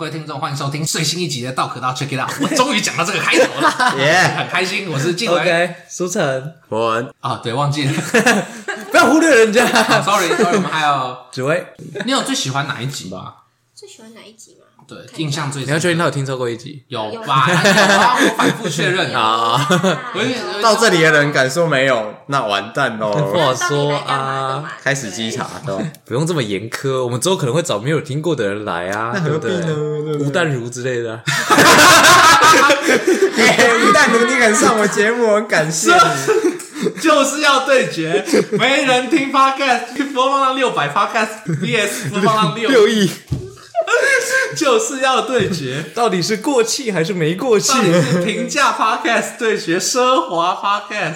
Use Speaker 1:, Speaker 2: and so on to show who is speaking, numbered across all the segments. Speaker 1: 各位听众，欢迎收听最新一集的《道可道 Check It Out》，我终于讲到这个开头了，
Speaker 2: 耶！
Speaker 1: 很开心。我是静文
Speaker 2: OK，苏晨，
Speaker 3: 博文，
Speaker 1: 啊，对，忘记了
Speaker 2: 不要忽略人家。
Speaker 1: ，sorry，sorry。我们还有，
Speaker 2: 紫薇，
Speaker 1: 你有最喜欢哪一集吧？
Speaker 4: 最喜欢哪一集嘛？
Speaker 1: 对，
Speaker 4: 看一下
Speaker 1: 印象最
Speaker 2: 你要确
Speaker 1: 深
Speaker 2: 定
Speaker 1: 刻
Speaker 2: 他有听说过一集？
Speaker 1: 有吧？ 有啊我反复确认 啊。
Speaker 2: 啊
Speaker 1: 我以为
Speaker 3: 到这里的人敢说没有，那完蛋喽！
Speaker 2: 话说啊，
Speaker 3: 开始稽查，对吧？
Speaker 2: 不用这么严苛，我们之后可能会找没有听过的人来啊，对不对？
Speaker 3: 对不
Speaker 2: 吴
Speaker 3: 对
Speaker 2: 淡如之类的啊，
Speaker 3: 嘿吴淡如，你敢上我节目，我很感谢
Speaker 1: 啊
Speaker 3: 你。
Speaker 1: 就是要对 决，没人听 Podcast，去播放量六百 Podcast VS 播放量六，
Speaker 2: 亿
Speaker 1: 就是要对决。
Speaker 2: 到底是过气还是没过 气？
Speaker 1: 到底是平价 Podcast 对决奢华 Podcast？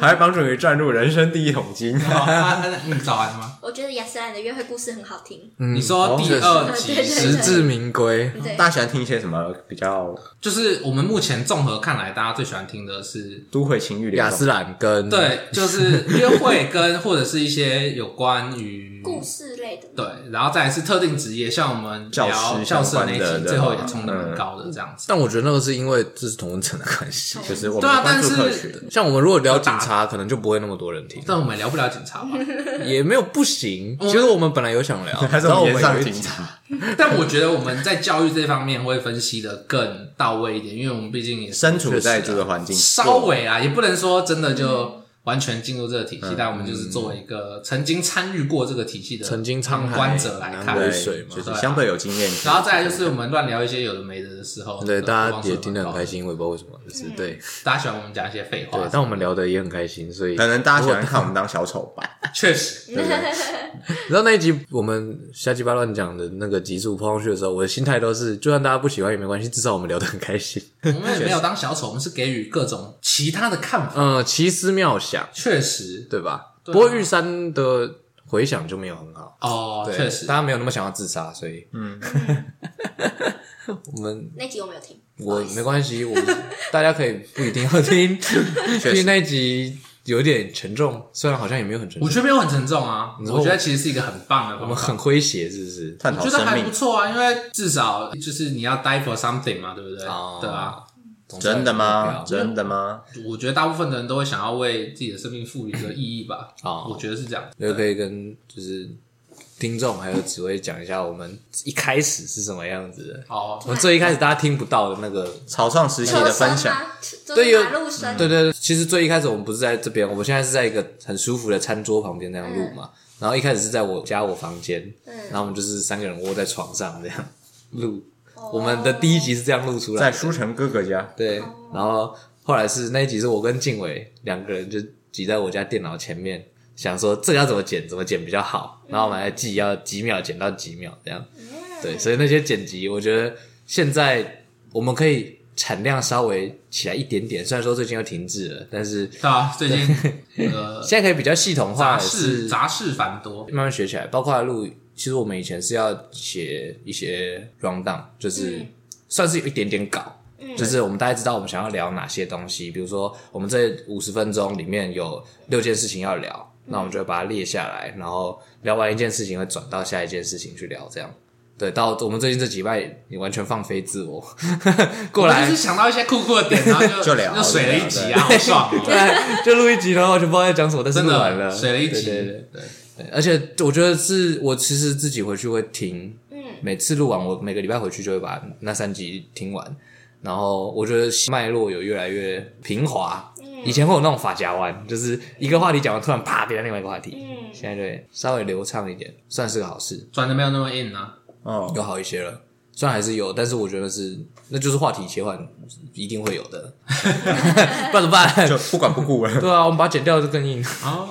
Speaker 3: 还帮助你赚入人生第一桶金。
Speaker 1: 好啊那你找完了吗？
Speaker 4: 我觉得雅诗兰的约会故事很好听，
Speaker 2: 嗯
Speaker 1: 你说第二
Speaker 4: 对
Speaker 1: 集
Speaker 4: 对
Speaker 1: 是
Speaker 2: 实至名归。
Speaker 4: 对，
Speaker 3: 大家喜欢听一些什么比较
Speaker 1: 就是我们目前综合看来，大家最喜欢听的是
Speaker 3: 都会情欲的？
Speaker 2: 雅诗兰跟，
Speaker 1: 对，就是约会跟或者是一些有关于
Speaker 4: 故事类的嘛。
Speaker 1: 对，然后再来是特定职业，像我们
Speaker 3: 教
Speaker 1: 聊
Speaker 3: 师
Speaker 1: 教
Speaker 3: 相
Speaker 1: 师的
Speaker 3: 关
Speaker 1: 那一
Speaker 3: 的
Speaker 1: 集，
Speaker 3: 对
Speaker 1: 最后也
Speaker 3: 吧
Speaker 1: 冲的蛮
Speaker 3: 嗯
Speaker 1: 高的这样子。
Speaker 2: 但我觉得那个是因为这是同温层的关系。
Speaker 3: 就是我
Speaker 1: 对啊
Speaker 3: 们关注
Speaker 1: 但
Speaker 3: 特
Speaker 1: 是
Speaker 3: 许，
Speaker 2: 像我们如果聊警察，可能就不会那么多人听，
Speaker 1: 但我们聊不了警察吧？
Speaker 2: 也没有不行。其实我们本来有想聊，
Speaker 3: 还是
Speaker 2: 然后
Speaker 3: 我
Speaker 2: 我
Speaker 3: 们
Speaker 2: 们
Speaker 3: 延
Speaker 2: 有
Speaker 3: 上
Speaker 2: 一
Speaker 3: 警
Speaker 2: 集
Speaker 3: 察？
Speaker 1: 但我觉得我们在教育这方面会分析的更到位一点，因为我们毕竟也是
Speaker 3: 身处在这个环境，
Speaker 1: 稍微啊，也不能说真的就完全进入这个体系，但我们就是作为一个曾经参与过这个体系的
Speaker 2: 曾经沧
Speaker 1: 旁
Speaker 2: 海
Speaker 1: 观者来看
Speaker 2: 难。为
Speaker 3: 对
Speaker 2: 水嘛
Speaker 3: 就是相对有经验。
Speaker 1: 然后再来就是我们乱聊一些有的没的的时候，
Speaker 2: 对，大家
Speaker 1: 播放数
Speaker 2: 也听得很
Speaker 1: 高
Speaker 2: 开，心，我也不知道为什么，就是对
Speaker 1: 大家喜欢我们讲一些废话
Speaker 2: 对，，但我们聊的也很开心，所以
Speaker 3: 可能大家喜欢看我们当小丑吧？
Speaker 1: 确实
Speaker 2: 你知道那一集我们瞎鸡巴乱讲的那个集数抛上去的时候，我的心态都是，就算大家不喜欢也没关系，至少我们聊得很开心。
Speaker 1: 我们也没有当小丑，我们是给予各种其他的看法，
Speaker 2: 嗯，奇思妙想，
Speaker 1: 确实
Speaker 2: 对吧？不过玉山的回响就没有很好，
Speaker 1: 哦，
Speaker 2: 对
Speaker 1: 确实
Speaker 2: 大。家没有那么想要自杀，所以嗯， 我们
Speaker 4: 那集我没有听，
Speaker 2: 我没关系，我大家可以不一定要听，因为那一集有点沉重，虽然好像也没有很沉
Speaker 1: 我
Speaker 2: 重，
Speaker 1: 觉得没有很沉重啊，
Speaker 2: 说
Speaker 1: 我觉得其实是一个很棒的
Speaker 2: 我
Speaker 1: 方
Speaker 2: 们
Speaker 1: 法。
Speaker 2: 很诙谐，是不是？
Speaker 3: 探
Speaker 1: 我
Speaker 3: 讨
Speaker 1: 觉得
Speaker 3: 生
Speaker 1: 还不
Speaker 3: 命，
Speaker 1: 错啊，因为至少就是你要 die for something 嘛，对不对？
Speaker 2: 哦
Speaker 1: 对啊，
Speaker 2: 总之
Speaker 3: 真的吗？
Speaker 2: 对啊
Speaker 3: 真的吗？
Speaker 1: 我觉得大部分的人都会想要为自己的生命赋予一个意义吧。
Speaker 2: 哦
Speaker 1: 我觉得是这样。
Speaker 2: 也可以跟就是听众还有紫薇讲一下，我们一开始是什么样子的。
Speaker 1: 好，
Speaker 2: 我们最一开始大家听不到的那个，
Speaker 3: 草创时期的分享，
Speaker 4: 对有马路声，
Speaker 2: 对对对，其实最一开始我们不是在这边，我们现在是在一个很舒服的餐桌旁边那样录
Speaker 4: 嗯
Speaker 2: 嘛。然后一开始是在我家我房间，然后我们就是三个人窝在床上这样录。
Speaker 4: 哦
Speaker 2: 我们的第一集是这样录出来
Speaker 3: 在
Speaker 2: 的，
Speaker 3: 书城哥哥家，
Speaker 2: 对，然后后来是那一集是我跟静伟两个人就挤在我家电脑前面，想说这个要怎么剪，怎么剪比较好，然后我们来记要几秒剪到几秒这样，对，所以那些剪辑，我觉得现在我们可以产量稍微起来一点点，虽然说最近又停滞了，但是
Speaker 1: 对啊，最近呃
Speaker 2: 现在可以比较系统化，
Speaker 1: 杂
Speaker 2: 也
Speaker 1: 事
Speaker 2: 是
Speaker 1: 杂事繁多，
Speaker 2: 慢慢学起来，包括录，其实我们以前是要写一些 round down，就是
Speaker 4: 嗯
Speaker 2: 算是有一点点稿，就是我们大概知道我们想要聊哪些东西，比如说我们这五十分钟里面有六件事情要聊，那我们就会把它列下来，然后聊完一件事情会转到下一件事情去聊，这样。对，到我们最近这几拜，你完全放飞自我， 过
Speaker 1: 我
Speaker 2: 来
Speaker 1: 就是想到一些酷酷的点，然后就
Speaker 3: 就聊
Speaker 1: 就水了一集啊，
Speaker 3: 就聊
Speaker 1: 好爽哦！
Speaker 2: 对，就录一集，然后我就不知道在讲什么，但是
Speaker 1: 真
Speaker 2: 录完了，
Speaker 1: 的水了一集，
Speaker 2: 对对对对而且我觉得是我其实自己回去会听，嗯，每次录完我每个礼拜回去就会把那三集听完，然后我觉得脉络有越来越平滑。
Speaker 4: 嗯
Speaker 2: 以前会有那种法夹弯，就是一个话题讲完，突然啪变到另外一个话题，
Speaker 4: 嗯
Speaker 2: 现在对稍微流畅一点，算是个好事，
Speaker 1: 转的没有那么硬啊。
Speaker 3: 哦，
Speaker 2: 有好一些了。虽然还是有，但是我觉得是那就是话题切换一定会有的， 不然怎么办？
Speaker 3: 就不管不顾 了。
Speaker 2: 对啊，我们把它剪掉就更硬，
Speaker 1: 哦，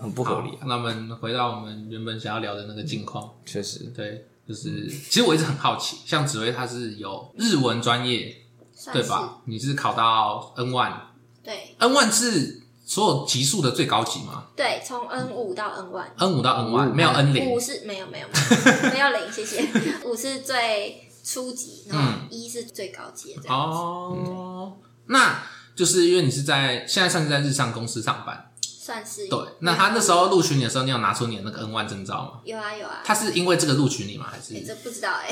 Speaker 2: 很不合理啊，
Speaker 1: 那我们回到我们原本想要聊的那个近况，
Speaker 2: 确实。
Speaker 1: 对，就是其实我一直很好奇，像紫薇她是有日文专业
Speaker 4: 算
Speaker 1: 对
Speaker 4: 是
Speaker 1: 吧？你是考到 N one，N
Speaker 4: 对
Speaker 1: one 是所有级数的最高级吗
Speaker 4: 对，从 N 五到 N 万。
Speaker 1: ？N 五到 N one 没有 N
Speaker 4: 五
Speaker 1: 零，
Speaker 4: 是没有没有没 有没有零，谢谢。五是最初级，然后
Speaker 1: 嗯
Speaker 4: 一是最高级的这样。
Speaker 1: 哦哦，那就是因为你是在现在算是在日上公司上班，
Speaker 4: 算是
Speaker 1: 对，那他那时候录取你的时候，你有拿出你的那个 N 万证照吗？
Speaker 4: 有啊有啊，
Speaker 1: 他是因为这个录取你吗？还是
Speaker 4: 哎这不知道哎，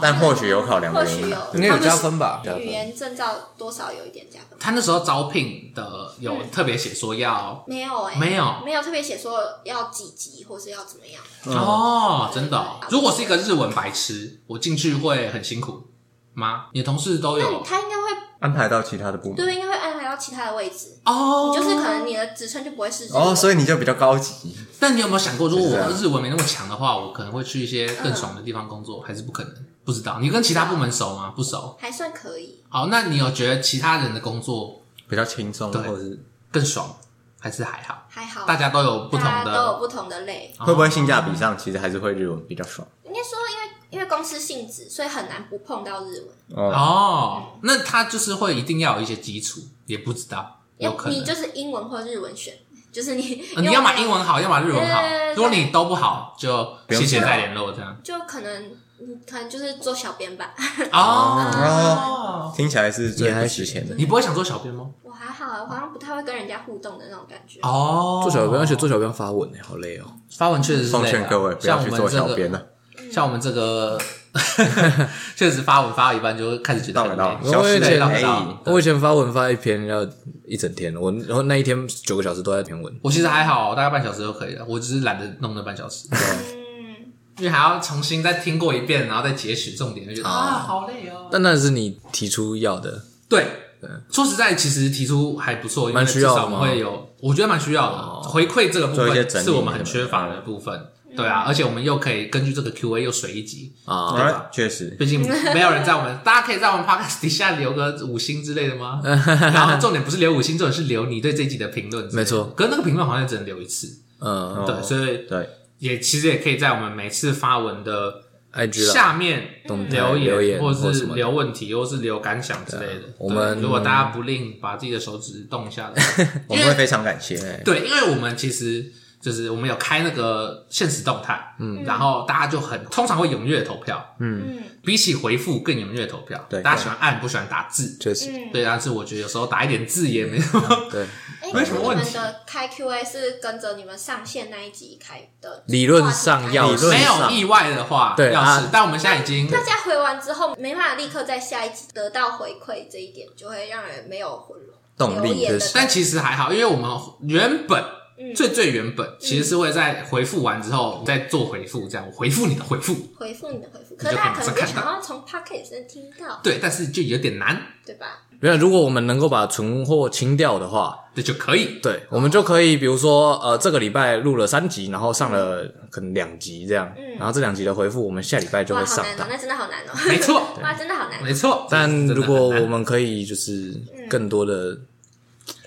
Speaker 3: 但或许有考量的
Speaker 4: 或
Speaker 3: 原因
Speaker 2: 应
Speaker 4: 许有
Speaker 2: 该有加分吧？加
Speaker 4: 语
Speaker 2: 分。
Speaker 4: 言证照多少有一点加分，
Speaker 1: 他那时候招聘的有特别写说要
Speaker 4: 没有哎，
Speaker 1: 没有
Speaker 4: 没有特别写说要几级或是要怎么样，
Speaker 1: 哦，真的哦
Speaker 4: 对。
Speaker 1: 如果是一个日文白痴，我进去会很辛苦吗？你的同事都
Speaker 4: 那
Speaker 1: 有
Speaker 4: 你他应该会
Speaker 3: 安排到其他的部门。
Speaker 4: 对应该会安排到其他的位置，
Speaker 1: 哦，
Speaker 4: 就是可能你的职称就不会是这个
Speaker 3: 哦，所以你就比较高级，
Speaker 1: 但你有没有想过，如果
Speaker 3: 是这
Speaker 1: 我
Speaker 3: 样
Speaker 1: 日文没那么强的话，我可能会去一些更爽的地方工
Speaker 4: 嗯
Speaker 1: 作，还是不可能？不知道。你跟其他部门熟吗？不熟。
Speaker 4: 还算可以。
Speaker 1: 好，那你有觉得其他人的工作
Speaker 3: 比较轻松，
Speaker 1: 对
Speaker 3: 或者是
Speaker 1: 更爽，还是还好？
Speaker 4: 还好，
Speaker 1: 大家都有不同
Speaker 4: 哦大家都有
Speaker 1: 的，
Speaker 4: 不同的类。
Speaker 1: 哦
Speaker 3: 会不会性价比上其实还是会日文比较爽？
Speaker 4: 应该说，因为因为公司性质，所以很难不碰到日文。
Speaker 3: 哦，
Speaker 1: 哦？那他就是会一定要有一些基础，也不知道，有可
Speaker 4: 你
Speaker 1: 能
Speaker 4: 就。是英文或日文选，就是你、
Speaker 1: 呃你要么英文好，要么日文好
Speaker 4: 对对对。
Speaker 1: 如果你都不好，就
Speaker 3: 不用
Speaker 1: 谢谢
Speaker 3: 讲
Speaker 1: 再联络这样。
Speaker 4: 就可能你可能就是做小编吧。
Speaker 1: 哦，
Speaker 3: 听起来是最
Speaker 2: 也
Speaker 3: 不
Speaker 2: 还
Speaker 3: 值钱的。
Speaker 1: 你不会想做小编吗？
Speaker 4: 我还好，我好像不太会跟人家互动的那种感觉。
Speaker 1: 哦，
Speaker 2: 做小编，而且做小编发文欸好累哦。
Speaker 1: 发文确实是
Speaker 3: 奉
Speaker 1: 累
Speaker 3: 劝
Speaker 1: 啦
Speaker 3: 各位不要
Speaker 1: 啊像
Speaker 3: 去
Speaker 1: 我们
Speaker 3: 做
Speaker 1: 这个
Speaker 3: 小编了，
Speaker 1: 像我们这个， 确实发文发到一半就会开始觉得
Speaker 3: 到
Speaker 1: 很
Speaker 3: 了到了，
Speaker 1: 累。
Speaker 3: 小时
Speaker 2: 我
Speaker 1: 也
Speaker 3: 代
Speaker 1: 觉得
Speaker 3: 哎，
Speaker 1: 到
Speaker 2: 我以前发文发一篇要一整天，我然后那一天九个小时都在篇文，
Speaker 1: 我其实还好，大概半小时就可以了。我只是懒得弄那半小时，
Speaker 4: 嗯，
Speaker 1: 因为还要重新再听过一遍，然后再截取重点，就觉得啊，好累哦。
Speaker 2: 但那是你提出要的，
Speaker 1: 对，说实在，其实提出还不错，因为
Speaker 2: 蛮需
Speaker 1: 至
Speaker 2: 要的
Speaker 1: 少我们
Speaker 2: 吗
Speaker 1: 会有，我觉得蛮需要的。回馈这个部
Speaker 3: 做一些
Speaker 1: 分
Speaker 3: 整理
Speaker 1: 是我们很缺乏的部分，对啊，而且我们又可以根据这个 Q&A 又水一集，
Speaker 2: 啊，
Speaker 3: 啊确实，
Speaker 1: 毕竟没有人在我们，大家可以在我们 podcast 底下留个五星之类的吗？然后重点不是留五星，重点是留你对这一集的评论之类的。
Speaker 2: 没错
Speaker 1: 可是那个评论好像只能留一次，
Speaker 2: 嗯
Speaker 3: 哦
Speaker 1: 对，所以
Speaker 3: 对，
Speaker 1: 也其实也可以在我们每次发文的
Speaker 2: ，IG 啦，
Speaker 1: 下面
Speaker 2: 动态
Speaker 1: 留
Speaker 2: 留
Speaker 1: 言，
Speaker 2: 言
Speaker 1: 或
Speaker 2: 或
Speaker 1: 是
Speaker 2: 什么的
Speaker 1: 留问题，或是留感想之类的
Speaker 2: 对啊。
Speaker 1: 对
Speaker 2: 我们
Speaker 1: 如果大家不吝把自己的手指动一下的话，
Speaker 3: 我们会非常感谢。
Speaker 1: 对，因为我们其实就是我们有开那个现实动态，嗯，然后大家就很通常会踊跃投票，
Speaker 4: 嗯
Speaker 1: 比起回复更踊跃投票。
Speaker 3: 对
Speaker 1: 大家喜欢按不喜欢打字，
Speaker 2: 确实，
Speaker 4: 嗯，
Speaker 1: 对，但是我觉得有时候打一点字也没 什么。
Speaker 2: 对，
Speaker 4: 哎，
Speaker 1: 没什么问题
Speaker 4: 你们的开 Q&A 是跟着你们上线那一集开的，
Speaker 2: 理论上要
Speaker 3: 理论
Speaker 1: 没
Speaker 3: 上
Speaker 1: 有意外的话，
Speaker 2: 对
Speaker 1: 要是
Speaker 2: 啊，
Speaker 1: 但我们现在已经
Speaker 4: 大家回完之后没办法立刻在下一集得到回馈，这一点就会让人没有回
Speaker 3: 动力
Speaker 4: 留言的
Speaker 2: 就是
Speaker 1: 但其实还好，因为我们原本、
Speaker 4: 嗯
Speaker 1: 最最原本其实是会在回复完之后再做回复，这样我回复你的回复。
Speaker 4: 回复你的回
Speaker 1: 就
Speaker 4: 复，可是大家可能
Speaker 1: 可能
Speaker 4: 就
Speaker 1: 只看
Speaker 4: 想要从 Pocket 上听到，
Speaker 1: 对，但是就有点难，
Speaker 4: 对吧？
Speaker 2: 没有，如果我们能够把存货清掉的话，
Speaker 1: 这就可 以。
Speaker 2: 对，我们就可以，比如说，呃，这个礼拜录了三集，然后上了可能两集这样，
Speaker 4: 嗯
Speaker 2: 然后这两集的回复，我们下礼拜就
Speaker 4: 哇，
Speaker 2: 会
Speaker 4: 好
Speaker 2: 上
Speaker 4: 难哦
Speaker 2: 档，。
Speaker 4: 那真的好难哦，
Speaker 1: 没错，
Speaker 4: 哇，真的好难哦。
Speaker 1: 没错。
Speaker 2: 但
Speaker 1: 这是真
Speaker 2: 如
Speaker 1: 的很
Speaker 2: 果
Speaker 1: 难
Speaker 2: 我，们可以，就是
Speaker 4: 嗯
Speaker 2: 更多的，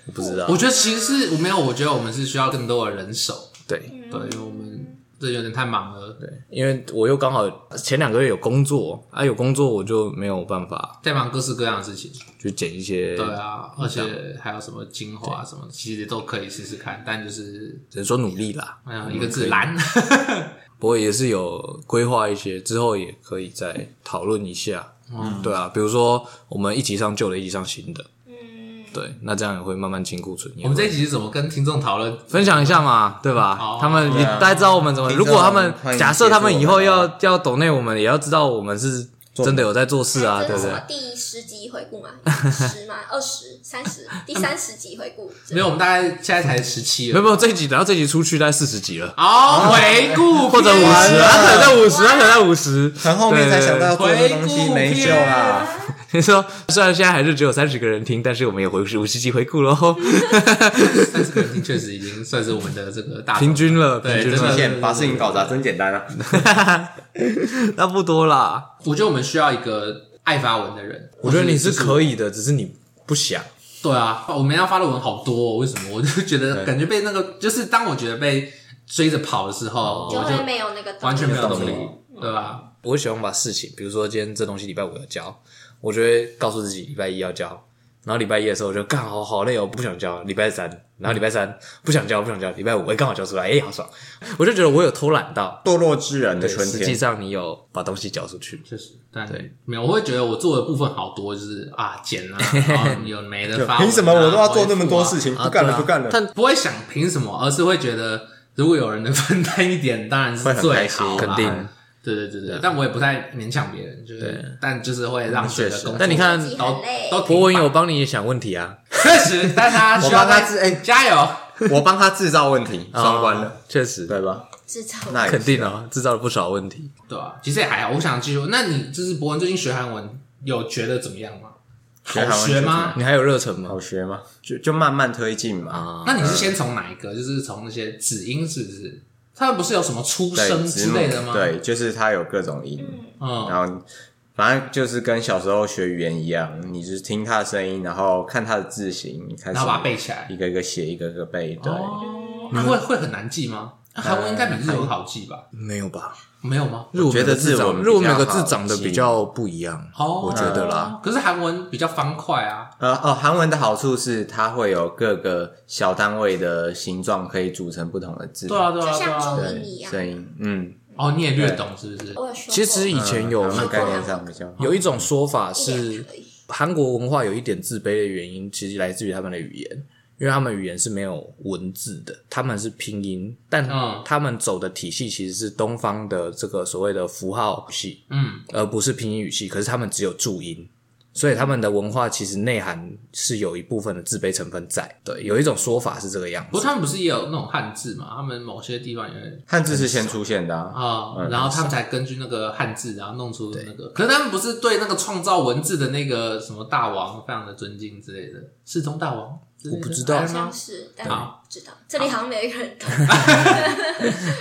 Speaker 2: 我不知道
Speaker 1: 我，觉得其实是我没有，我觉得我们是需要更多的人手，
Speaker 2: 对
Speaker 1: 对，因为我们这有点太忙了，
Speaker 2: 对，因为我又刚好前两个月有工作啊，有工作我就没有办法
Speaker 1: 在忙各式各样的事情。
Speaker 2: 去剪一些，
Speaker 1: 对啊，而且还有什么精华什么，其实都可以试试看，但就是
Speaker 2: 只能说努力啦。
Speaker 1: 嗯，一个字懒。
Speaker 2: 不过也是有规划一些，之后也可以再讨论一下。嗯，对啊，比如说我们一集上旧的，一集上新的，
Speaker 4: 嗯，
Speaker 2: 对，那这样也会慢慢清库存。
Speaker 1: 我们这一集是怎么跟听众讨论？
Speaker 2: 分享一下嘛，对吧？
Speaker 1: 哦
Speaker 2: 他们
Speaker 3: 对啊
Speaker 2: 大家知道我们怎么，
Speaker 3: 听
Speaker 2: 如
Speaker 3: 众
Speaker 2: 果他们
Speaker 3: 欢迎
Speaker 2: 假设他们以后
Speaker 3: 接触我
Speaker 2: 要
Speaker 3: 们
Speaker 2: 要抖内，我们也要知道我们是真的有在做事啊，
Speaker 3: 哎
Speaker 4: 这
Speaker 2: 对不
Speaker 4: 是什
Speaker 2: 对
Speaker 4: 么？第十集回顾 嘛？十吗？二十、三十？第三十集回顾？
Speaker 1: 嗯没有，我们大概现在才十七
Speaker 2: 没有
Speaker 1: 了。
Speaker 2: 没有，这一集等到这一集出去大概四十集了，
Speaker 1: 好，回顾
Speaker 2: 或者五十，
Speaker 1: 篇
Speaker 2: 他
Speaker 3: 了
Speaker 2: 可能在五十，他可能在五十，
Speaker 3: 从哎后面才想到做
Speaker 1: 回
Speaker 3: 这
Speaker 1: 顾
Speaker 3: 东西没救啊啦，
Speaker 2: 你说，虽然现在还是只有三十个人听，但是我们也回五十集回 顾喽，
Speaker 1: 但是肯定确实已经算是我们的这个大
Speaker 2: 平均了，
Speaker 1: 对
Speaker 2: 平均
Speaker 1: 真的
Speaker 2: 了，
Speaker 3: 极限把事情搞砸真简单啊。
Speaker 2: 差不多啦。
Speaker 1: 我觉得我们需要一个爱发文的人。
Speaker 2: 我觉得你是
Speaker 1: 以。
Speaker 2: 可以的，只是你不想。
Speaker 1: 对啊，我们要发的文好多、哦，为什么？我就觉得感觉被那个，就是当我觉得被追着跑的时候，
Speaker 4: 就
Speaker 1: 我
Speaker 4: 会
Speaker 1: 就
Speaker 4: 没有那个动力
Speaker 1: 完全没有动
Speaker 3: 动
Speaker 1: 力
Speaker 3: 力，
Speaker 1: 对吧？
Speaker 2: 我喜欢把事情，比如说今天这东西礼拜五要交，我就会告诉自己礼拜一要交，然后礼拜一的时候我就干好好累哦，不想交。礼拜三，然后礼拜三不想交不想交，礼拜五哎刚好交出来，哎好爽，我就觉得我有偷懒到。
Speaker 3: 堕落之人的
Speaker 2: 对，
Speaker 3: 春
Speaker 2: 实际
Speaker 3: 天，
Speaker 2: 上你有把东西交出去，
Speaker 1: 确实，但
Speaker 2: 对
Speaker 1: 没有，我会觉得我做的部分好多，就是啊剪 啊，然后有没的
Speaker 3: 就
Speaker 1: 发、啊，
Speaker 3: 凭什么我都要做那么多
Speaker 1: 回复啊
Speaker 3: 事情？
Speaker 2: 啊
Speaker 3: 不干
Speaker 2: 对
Speaker 3: 了，
Speaker 2: 啊
Speaker 3: 不干了。
Speaker 1: 但不会想凭什么，而是会觉得如果有人能分担一点，当然是
Speaker 3: 会很
Speaker 1: 最
Speaker 3: 开心
Speaker 1: 好啦
Speaker 2: 肯定。
Speaker 1: 对对对
Speaker 3: 啊
Speaker 1: 对，但我也不太勉强别人，就是但就是会让谁的
Speaker 2: 确实
Speaker 1: 工作
Speaker 2: 但你看
Speaker 4: 自己
Speaker 1: 都
Speaker 4: 很累，
Speaker 1: 都
Speaker 2: 博文有帮你想问题啊，
Speaker 1: 确实，但他需要
Speaker 3: 我帮他
Speaker 1: 再
Speaker 3: 自哎
Speaker 1: 加油，
Speaker 3: 我帮他制造问题，
Speaker 1: 啊
Speaker 3: 双关
Speaker 2: 哦
Speaker 3: 了，，
Speaker 2: 确实，
Speaker 3: 对吧？
Speaker 4: 制造
Speaker 3: 那
Speaker 2: 肯定哦，制造了不少问题。
Speaker 1: 对啊，其实也还好。我想继续，那你就是博文最近学韩文有觉得怎么样吗？
Speaker 3: 学韩
Speaker 1: 好
Speaker 3: 文
Speaker 1: 学吗？
Speaker 2: 你还有热忱吗
Speaker 3: 好？学吗？就就慢慢推进嘛。
Speaker 2: 啊，
Speaker 1: 那你是先从哪一个？就是从那些子音是不是？他们不是有什么出
Speaker 3: 对，
Speaker 1: 生
Speaker 3: 子
Speaker 1: 之
Speaker 3: 母
Speaker 1: 类的吗？，
Speaker 3: 对，就是它有各种音，
Speaker 1: 嗯，
Speaker 3: 然后反正就是跟小时候学语言一样，你就是听它的声音，然后看它的字形，你开始
Speaker 1: 然后把它背起来。
Speaker 3: 一个一个写，一个一个背。对，嗯
Speaker 1: 哦，那会会很难记吗？韩文应该比日文好记吧？
Speaker 2: 没有吧？
Speaker 1: 没有吗？
Speaker 2: 日文
Speaker 3: 觉得
Speaker 2: 每个字
Speaker 3: 日文
Speaker 2: 长
Speaker 3: 比
Speaker 2: 日文每
Speaker 3: 较
Speaker 2: 个
Speaker 3: 好
Speaker 2: 字长得
Speaker 3: 记
Speaker 2: 比较不一样，
Speaker 1: 哦，
Speaker 2: 我觉得啦。
Speaker 1: 可是韩文比较方块啊。
Speaker 3: 呃哦，韩文的好处是它会有各个小单位的形状可以组成不同的字，
Speaker 1: 对啊，对啊，
Speaker 4: 就
Speaker 1: 对
Speaker 4: 像
Speaker 1: 啊。
Speaker 4: 中
Speaker 3: 对
Speaker 4: 文一样。
Speaker 3: 声音，嗯，
Speaker 1: 哦，你也略懂是不是？
Speaker 4: 我有学过，
Speaker 2: 其实以前有
Speaker 3: 嗯
Speaker 2: 那
Speaker 3: 韩文概念
Speaker 2: 个
Speaker 3: 上比较好
Speaker 2: 有一种说法是
Speaker 4: 一两可以，
Speaker 2: 韩国文化有一点自卑的原因，其实来自于他们的语言。因为他们语言是没有文字的，他们是拼音，但
Speaker 1: 嗯
Speaker 2: 他们走的体系其实是东方的这个所谓的符号语系，
Speaker 1: 嗯，
Speaker 2: 而不是拼音语系。可是他们只有注音，所以他们的文化其实内涵是有一部分的自卑成分在。对，有一种说法是这个样
Speaker 1: 不过。
Speaker 2: 子
Speaker 1: 他们不是也有那种汉字嘛？他们某些地方也会
Speaker 3: 汉字是先出现的啊，
Speaker 1: 啊、
Speaker 3: 嗯
Speaker 1: 然后他们才根据那个汉字，然后弄出那个。可是他们不是对那个创造文字的那个什么大王非常的尊敬之类的，世宗大王之类的，
Speaker 2: 我不知道
Speaker 1: 还
Speaker 4: 好
Speaker 1: 是吗
Speaker 4: 像？是，但
Speaker 1: 好
Speaker 4: 我不知道这里好像没有一个人懂。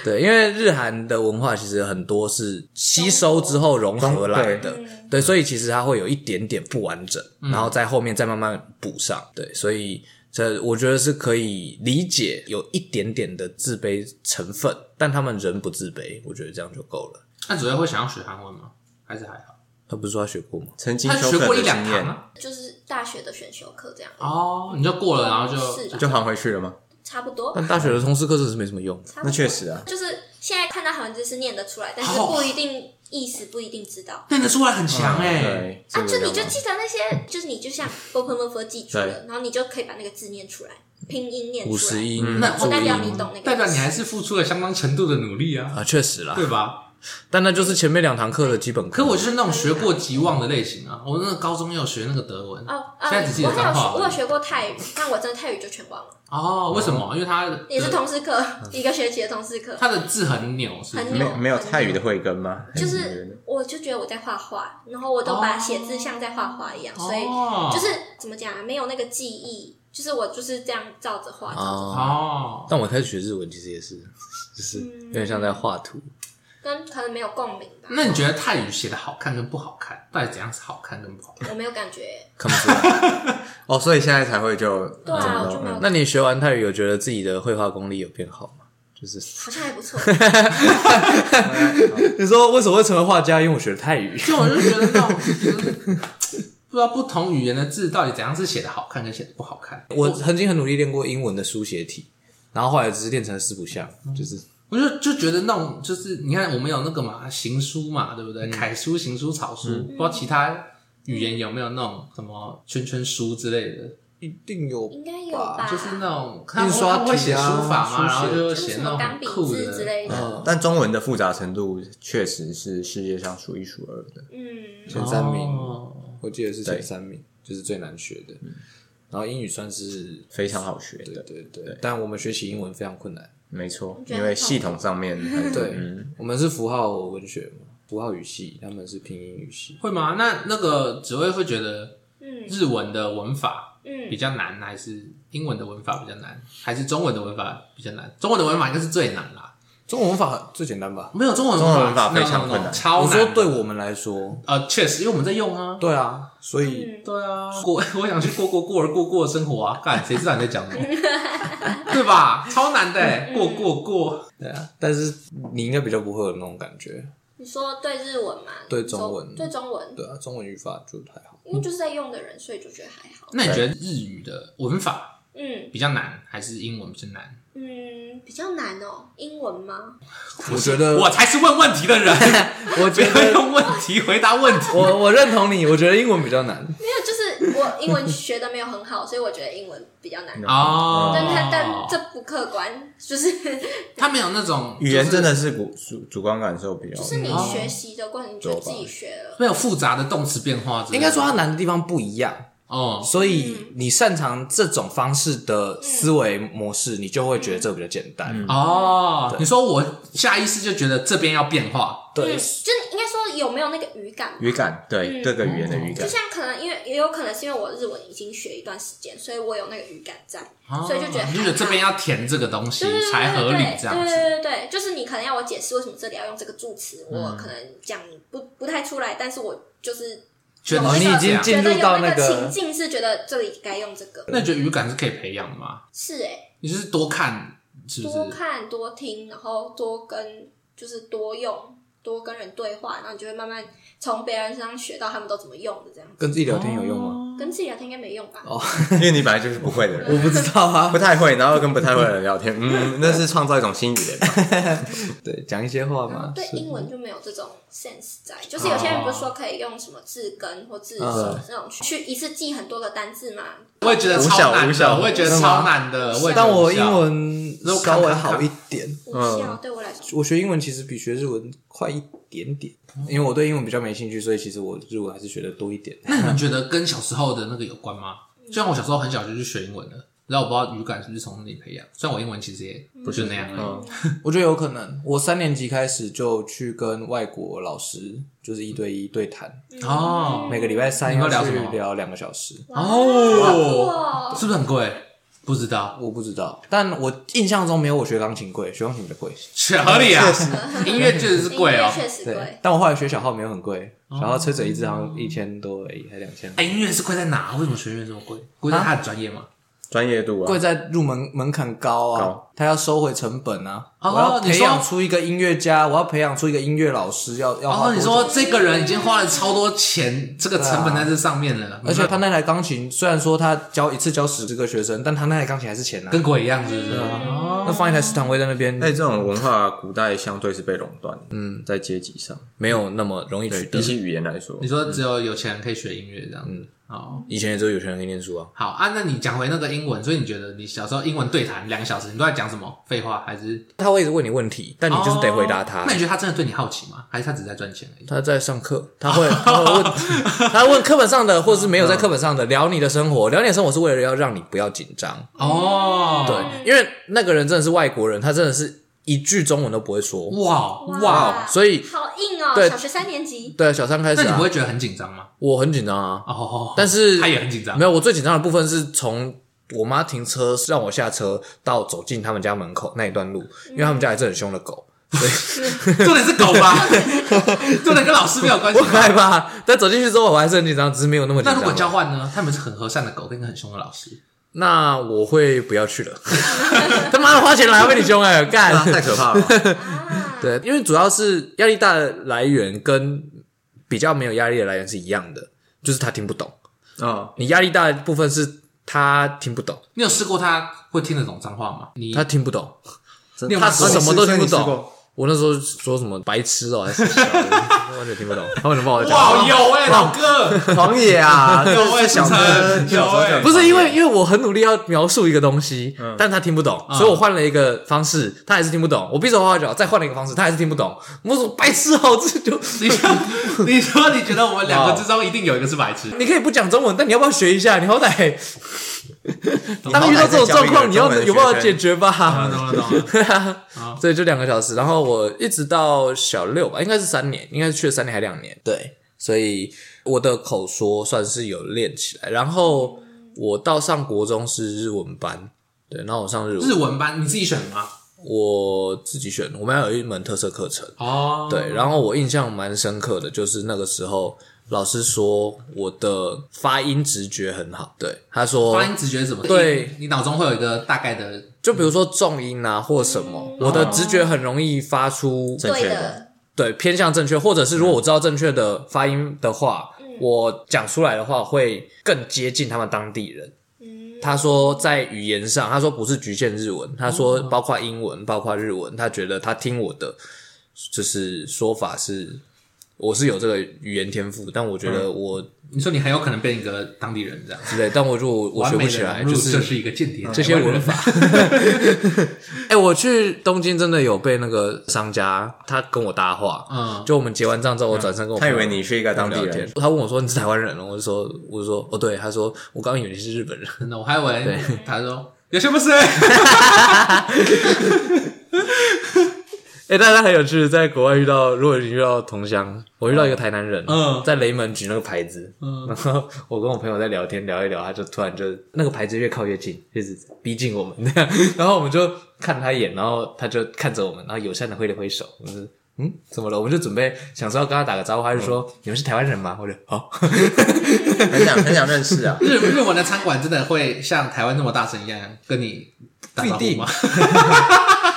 Speaker 2: 对，因为日韩的文化其实很多是吸收之后融合来的，
Speaker 4: 嗯
Speaker 2: 对，所以其实它会有一点点不完整，然
Speaker 1: 嗯
Speaker 2: 后在后面再慢慢补上，对，所以这我觉得是可以理解有一点点的自卑成分，但他们人不自卑，我觉得这样就够了。
Speaker 1: 那主要会想要学韩文吗？还是还好？
Speaker 2: 他不是说他学过吗？
Speaker 3: 曾经
Speaker 1: 他
Speaker 3: 修
Speaker 1: 学
Speaker 3: 课
Speaker 1: 过
Speaker 3: 的
Speaker 1: 一两
Speaker 3: 经
Speaker 1: 堂、
Speaker 3: 验
Speaker 1: 啊、
Speaker 4: 就是大学的选修课这样，
Speaker 1: 哦，你就过了，然后
Speaker 4: 是
Speaker 1: 就
Speaker 4: 吧
Speaker 3: 就还回去了吗？
Speaker 4: 差不多。
Speaker 2: 但大学的通识课真的是没什么 用，
Speaker 4: 差不多
Speaker 3: 那确实啊，
Speaker 4: 就是现在看到韩文字是念得出来，但是
Speaker 1: 哦
Speaker 4: 不一定意思不一定知道。
Speaker 1: 念得出来，很强哎、
Speaker 3: 对，这
Speaker 4: 啊，
Speaker 3: 个
Speaker 4: 就你
Speaker 3: 有
Speaker 4: 就
Speaker 3: 吗
Speaker 4: 记得那些，就是你就像 b o p e n 记住
Speaker 3: 对
Speaker 4: 了，然后你就可以把那个字念出来，拼音念出来。
Speaker 2: 五十音、
Speaker 1: 那
Speaker 2: 注
Speaker 4: 我代表
Speaker 2: 音
Speaker 4: 你懂那个，
Speaker 1: 代表你还是付出了相当程度的努力啊，
Speaker 2: 啊，确实啦，
Speaker 1: 对吧？
Speaker 2: 但那就是前面两堂课的基本
Speaker 1: 可
Speaker 2: 课。
Speaker 1: 我就是那种学过即忘的类型啊，我那个高中也有学那个德文
Speaker 4: 哦哦，
Speaker 1: 现在只记得
Speaker 4: 我还
Speaker 1: 脏
Speaker 4: 有
Speaker 1: 话而已
Speaker 4: 学，我有学过泰语，但我真的泰语就全忘了，
Speaker 1: 哦，为什么？因为他的
Speaker 4: 也是通识课，一个学期的通识课，
Speaker 1: 他的字很扭，是不是
Speaker 4: 很
Speaker 3: 没
Speaker 4: 扭，
Speaker 3: 没有泰语的慧根吗？
Speaker 4: 就是我就觉得我在画画，然后我都把写字像在画画一样，所以
Speaker 1: 哦
Speaker 4: 就是怎么讲啊，没有那个记忆，就是我就是这样照着画，照
Speaker 1: 啊
Speaker 4: 着画
Speaker 2: 哦
Speaker 1: 哦，
Speaker 2: 但我开始学日文其实也是，就是有点像在画图。
Speaker 4: 跟可能没有共鸣吧，
Speaker 1: 那你觉得泰语写的好看跟不好看，到底怎样是好看跟不好看？
Speaker 4: 我没有 感觉，
Speaker 2: 看不出来。
Speaker 3: 哦，所以现在才会就
Speaker 4: 对啊
Speaker 3: 怎么
Speaker 4: 我
Speaker 3: 弄
Speaker 4: 就没有
Speaker 2: 那你学完泰语，有觉得自己的绘画功力有变好吗？就是
Speaker 4: 好像还 不错，
Speaker 2: 你说为什么会成为画家？因为我学泰语。
Speaker 1: 就我就觉得那种就是 不知道不同语言的字到底怎样是写的好看跟写的不好看。
Speaker 2: 我曾经很努力练过英文的书写体，然后后来只是练成了四不像，就是
Speaker 1: 我就就觉得那种就是你看我们有那个嘛行书嘛，对不
Speaker 2: 嗯
Speaker 1: 对？楷书、行书、草书，不知道其他语言有没有那种什么圈圈书之类的，
Speaker 2: 一定有
Speaker 4: 应该有吧，
Speaker 1: 就是那种他们
Speaker 2: 印刷
Speaker 1: 他们会
Speaker 2: 体
Speaker 1: 写
Speaker 2: 啊
Speaker 1: 书法嘛，
Speaker 2: 书写
Speaker 1: 然后就
Speaker 4: 啊就是
Speaker 1: 写
Speaker 4: 什
Speaker 1: 那
Speaker 4: 么
Speaker 1: 种
Speaker 4: 钢
Speaker 1: 很
Speaker 4: 笔
Speaker 1: 酷哦
Speaker 4: 字之类的，
Speaker 3: 但中文的复杂程度确实是世界上数一数二的。
Speaker 4: 嗯，
Speaker 2: 前三名，
Speaker 1: 哦
Speaker 2: 我记得是
Speaker 3: 对
Speaker 2: 前三名，就是最难学的。然后英语算是
Speaker 3: 非常好学的
Speaker 2: 对对对，但我们学习英文非常困难。
Speaker 3: 没错，
Speaker 4: 觉得
Speaker 3: 因为系统上面还 是
Speaker 2: 对
Speaker 3: 嗯，
Speaker 2: 我们是符号文学嘛，符号语系，他们是拼音语系。
Speaker 1: 会吗？那那个紫薇会觉得
Speaker 4: 嗯
Speaker 1: 日文的文法
Speaker 4: 嗯
Speaker 1: 比较难，还是英文的文法比较难，还是中文的文法比较难？中文的文法应该是最难啦，
Speaker 2: 中文法最简单吧？
Speaker 1: 没有中文
Speaker 3: 中文文
Speaker 1: 法
Speaker 3: 法
Speaker 1: no, no,
Speaker 3: 非常
Speaker 1: no,
Speaker 3: 困难
Speaker 1: 超
Speaker 2: 你
Speaker 1: 难。
Speaker 2: 说对我们来说，
Speaker 1: 呃，确实，因为我们在用啊。
Speaker 2: 对啊，所以
Speaker 4: 嗯，
Speaker 1: 对啊，过 我想去过过过而过过的生活啊，干谁知道你在讲什么， 对吧？超难的欸、过过过，对啊，
Speaker 2: 但是你应该比较不会有那种感觉，
Speaker 4: 你说对日文吗？
Speaker 2: 对中文
Speaker 4: 对中文，
Speaker 2: 对啊，中文语法就还好。
Speaker 4: 因为就是在用的人，所以就觉得还好。
Speaker 1: 那你觉得日语的文法
Speaker 4: 嗯
Speaker 1: 比较难，还是英文比较难？
Speaker 4: 嗯，比较难哦，英文吗？
Speaker 2: 我觉
Speaker 3: 呃
Speaker 2: 得，
Speaker 1: 我才是问问题的人，
Speaker 2: 我
Speaker 1: 不
Speaker 2: 觉
Speaker 1: 要
Speaker 2: 得，
Speaker 1: 用问题回答问题。
Speaker 2: 我我认同你，我觉得英文比较难。
Speaker 4: 没有，就是我英文学的没有很好，所以我觉得英文比较难。
Speaker 1: 哦，
Speaker 4: 但他但这不客观，就是
Speaker 1: 他没有那种
Speaker 3: 语言真
Speaker 1: 的
Speaker 3: 的是主主主观感受比较，
Speaker 4: 就是你
Speaker 1: 哦
Speaker 4: 学习的过程，你觉得自己学了，
Speaker 1: 没有复杂的动词变化之类的，
Speaker 2: 应该说它难的地方不一样，
Speaker 1: 哦，
Speaker 2: 所
Speaker 4: 嗯
Speaker 2: 以你擅长这种方式的思维模式，你就会觉得这个比较简单。
Speaker 1: 哦，你说我下意识就觉得这边要变化，
Speaker 2: 对
Speaker 4: 嗯，就是应该说有没有那个语感吧
Speaker 3: 语感，对
Speaker 4: 嗯
Speaker 3: 各个语言的语
Speaker 4: 就
Speaker 3: 感，
Speaker 4: 像可能因为也有可能是因为我日文已经学一段时间，所以我有那个语感在，
Speaker 1: 哦
Speaker 4: 所以就觉得
Speaker 1: 你就觉得这边要填这个东西
Speaker 4: 对对对
Speaker 1: 才合理
Speaker 4: 对
Speaker 1: 这样
Speaker 4: 对
Speaker 1: 子。
Speaker 4: 对对对，就是你可能要我解释为什么这里要用这个助词，我可能讲不不太出来，但是我就是
Speaker 1: 觉得
Speaker 4: 有
Speaker 1: 是这样
Speaker 4: 那个
Speaker 2: 你已经进入到那
Speaker 4: 觉
Speaker 2: 个
Speaker 4: 得有那情境是觉得这里该用这个，
Speaker 1: 那你觉得语感是可以培养的吗？
Speaker 4: 是哎、
Speaker 1: 你就是多看，是不
Speaker 4: 多
Speaker 1: 是？
Speaker 4: 看多听，然后多跟就是多用。多跟人对话，然后你就会慢慢从别人身上学到他们都怎么用的，这样
Speaker 2: 跟自己聊天有用吗？
Speaker 4: 跟自己聊天应该没用吧？
Speaker 3: 因为你本来就是不会的
Speaker 4: 哦
Speaker 3: 人，
Speaker 2: 我不知道啊
Speaker 3: 不。太会，然后跟不太会的人聊天，嗯，那是创造一种新语言吧。
Speaker 2: 对，讲一些话
Speaker 4: 然
Speaker 2: 嘛
Speaker 4: 后。对
Speaker 2: 是
Speaker 4: 英文就没有这种 sense 在，就是有些人不是说可以用什么字根或字首
Speaker 2: 嗯
Speaker 4: 那种去一次记很多个单字嘛？
Speaker 1: 我也觉得
Speaker 3: 无
Speaker 1: 超
Speaker 3: 效
Speaker 1: 难
Speaker 3: 无效
Speaker 1: 的，我也觉得
Speaker 2: 真的吗
Speaker 1: 超难的。也觉得
Speaker 2: 但我
Speaker 1: 无效
Speaker 2: 英文
Speaker 1: 如果看
Speaker 2: 稍微好一点，
Speaker 4: 无效对我来说，
Speaker 2: 我学英文其实比学日文快一点点，
Speaker 1: 哦
Speaker 2: 因为我对英文比较没兴趣，所以其实我日文还是学的多一点。
Speaker 1: 那你们觉得跟小时候的那个有关吗？虽然我小时候很小就去学英文了，然后我不知道语感是不是从那里培养。虽然我英文其实也不是那样而已，
Speaker 3: 嗯
Speaker 2: 我觉得有可能，我三年级开始就去跟外国老师就是一对一对谈，
Speaker 1: 哦
Speaker 2: 每个礼拜三
Speaker 1: 你
Speaker 2: 要
Speaker 1: 们聊
Speaker 2: 去
Speaker 1: 什么
Speaker 2: 聊两个小时。
Speaker 4: 嗯哇
Speaker 1: 哦
Speaker 4: 好酷哦
Speaker 1: 是不是很贵？不知道，
Speaker 2: 我不知道，但我印象中没有我学钢琴贵，学钢琴比较贵。
Speaker 1: 合理啊！音乐确实是
Speaker 4: 音
Speaker 1: 贵哦
Speaker 4: 乐，确实
Speaker 2: 对
Speaker 4: 贵，，
Speaker 2: 但我后来学小号没有很贵，小号吹嘴一支好像一千多而已，还两千。
Speaker 1: 哎，音乐是贵在哪？为什么学音乐这么贵？贵在他的专业吗？
Speaker 3: 专业度啊，
Speaker 2: 贵在入门门槛高啊
Speaker 3: 高，
Speaker 2: 他要收回成本啊。
Speaker 1: 哦
Speaker 2: 我要
Speaker 1: 你
Speaker 2: 培
Speaker 1: 说
Speaker 2: 养出一个音乐家，我要培养出一个音乐老师，要要
Speaker 1: 然
Speaker 2: 花
Speaker 1: 后
Speaker 2: 多
Speaker 1: 哦你
Speaker 2: 久。
Speaker 1: 说这个人已经花了超多钱，这个成本在这上面了，
Speaker 2: 而且他那台钢琴虽然说他教一次教十个学生，但他那台钢琴还是钱啊。
Speaker 1: 跟鬼一样，是不是？
Speaker 2: 那放一台食堂位在那边，
Speaker 3: 哎，这种文化古代相对是被垄断，嗯，在阶级上，
Speaker 2: 没有那么容易
Speaker 3: 对，
Speaker 2: 取
Speaker 3: 比
Speaker 2: 得。
Speaker 3: 起语言来说
Speaker 1: 你，说只有有钱人可以学音乐这样子？哦，
Speaker 2: 以前也只有有钱人可以念书啊。
Speaker 1: 好啊，那你讲回那个英文，所以你觉得你小时候英文对谈两个小时，你都在讲什么废话，还是
Speaker 2: 他会一直问你问题，但你就是得回答
Speaker 1: 哦
Speaker 2: 他。
Speaker 1: 那你觉得他真的对你好奇吗？还是他只是在赚钱而已？
Speaker 2: 他在上课，他会他会 问他会问课本上的，或者是没有在课本上的，聊你的生活，聊你的生活是为了要让你不要紧张。
Speaker 1: 哦，
Speaker 4: 嗯
Speaker 2: 对，因为那个人真的是外国人，他真的是一句中文都不会说。
Speaker 1: 哇哇，
Speaker 2: 所以
Speaker 4: 好硬哦，
Speaker 2: 对
Speaker 4: 小学三年级，
Speaker 2: 对，小三开
Speaker 1: 那
Speaker 2: 始
Speaker 1: 你不
Speaker 2: 啊，
Speaker 1: 会觉得很紧张吗？
Speaker 2: 我很紧张啊，
Speaker 1: 哦，
Speaker 2: 但是
Speaker 1: 他也很紧张
Speaker 2: 没。有，我最紧张的部分是从我妈停车让我下车到走进他们家门口那一段路，因为他们家有一只很凶的狗，
Speaker 1: 重点是狗 吧？重点跟老师没有关系
Speaker 2: 我。很害怕。但走进去之后，我还是很紧张，只是没有那么紧
Speaker 1: 那如果
Speaker 2: 张
Speaker 1: 交
Speaker 2: 了。
Speaker 1: 换呢？他们是很和善的狗，跟一个很凶的老师。
Speaker 2: 那我会不要去了。 他妈的，花钱来还被你凶哎、干！
Speaker 3: 太可怕了吧。
Speaker 2: 对，因为主要是压力大的来源跟比较没有压力的来源是一样的，就是他听不懂。
Speaker 3: 嗯，
Speaker 2: 你压力大的部分是他听不懂，
Speaker 1: 你有试过他会听得懂脏话吗？你
Speaker 2: 他听不懂，
Speaker 3: 真
Speaker 2: 他什么都听不
Speaker 3: 你试
Speaker 2: 懂
Speaker 3: 过。
Speaker 2: 我那时候说什么白痴哦、还是小的完 全听不懂，他们怎么帮我讲话？
Speaker 1: 哇有哎，老哥，
Speaker 3: 狂野 啊，
Speaker 1: 有哎，
Speaker 3: 小
Speaker 1: 小陈有哎，
Speaker 2: 不是因为因为我很努力要描述一个东西，
Speaker 3: 嗯
Speaker 2: 但他听不懂，所以我换了一个方式，他还是听不懂。我闭着画脚，再换了一个方式，他还是听不懂。我说白痴哦、这就
Speaker 1: 你说你说你觉得我们两个之中一定有一个是白痴？
Speaker 2: 你可以不讲中文，但你要不要学一下？你好歹
Speaker 3: 你好歹
Speaker 2: 当遇到这种状况，
Speaker 3: 再
Speaker 2: 你
Speaker 3: 教
Speaker 2: 要
Speaker 3: 一个中文的
Speaker 2: 有办法
Speaker 3: 学生
Speaker 2: 解决吧。
Speaker 1: 懂了懂了。
Speaker 2: 对啊， 所以就两个小时，然后我一直到小六吧，应该是三年，应该是去了三年还两年。对，所以我的口说算是有练起来。然后我到上国中是日文班，对，然后我上日文，
Speaker 1: 日文班你自己选的吗？
Speaker 2: 我自己选，我们要有一门特色课程。
Speaker 1: 哦，
Speaker 2: 对，然后我印象蛮深刻的，就是那个时候老师说我的发音直觉很好，对，他说
Speaker 1: 发音直觉是什么？
Speaker 2: 对
Speaker 1: 你，你脑中会有一个大概的嗯
Speaker 2: 就比如说重音啊或什么，我的直觉很容易发出
Speaker 3: 正确
Speaker 4: 对
Speaker 3: 的
Speaker 4: 的，
Speaker 2: 对偏向正确，或者
Speaker 1: 嗯
Speaker 2: 是如果我知道正确的发音的话，我讲出来的话会更接近他们当地人。
Speaker 4: 嗯，
Speaker 2: 他说在语言上，他说不是局限日文，他
Speaker 1: 哦
Speaker 2: 说包括英文，包括日文，他觉得他听我的就是说法是，我是有这个语言天赋，但我觉
Speaker 1: 嗯
Speaker 2: 得我
Speaker 1: 你说你很有可能变一个当地人这样，
Speaker 2: 之类，但我如果我
Speaker 1: 完
Speaker 2: 学
Speaker 1: 美
Speaker 2: 不
Speaker 1: 地
Speaker 2: 起来，
Speaker 1: 融
Speaker 2: 就
Speaker 1: 入这
Speaker 2: 是
Speaker 1: 是一个间谍
Speaker 2: 这些文法。 哎、我去东京真的有被那个商家他跟我搭话，
Speaker 1: 嗯
Speaker 2: 就我们结完账之后，我转身跟我
Speaker 3: 他以
Speaker 2: 朋友
Speaker 3: 为你是一个当地
Speaker 2: 聊天
Speaker 3: 人，，
Speaker 2: 他问我说你是台湾人哦，我就说我就说哦对，他说我刚以为你是日本人，
Speaker 1: 真的，我还以为他说有什么事？
Speaker 2: 哎、大家很有趣，在国外遇到，如果你遇到同乡，我遇到一个台南人，
Speaker 1: 嗯。
Speaker 2: 在雷门举那个牌子，然后我跟我朋友在聊天聊一聊，他就突然就那个牌子越靠越近，一直逼近我们， 那样，然后我们就看他一眼，然后他就看着我们，然后友善的挥了挥手，我们就嗯怎么了？我们就准备想说要跟他打个招呼，他就说、你们是台湾人吗？我就哦好，
Speaker 3: 很想很想认识啊
Speaker 1: 日日文的餐馆真的会像台湾那么大声一样跟你打招呼吗？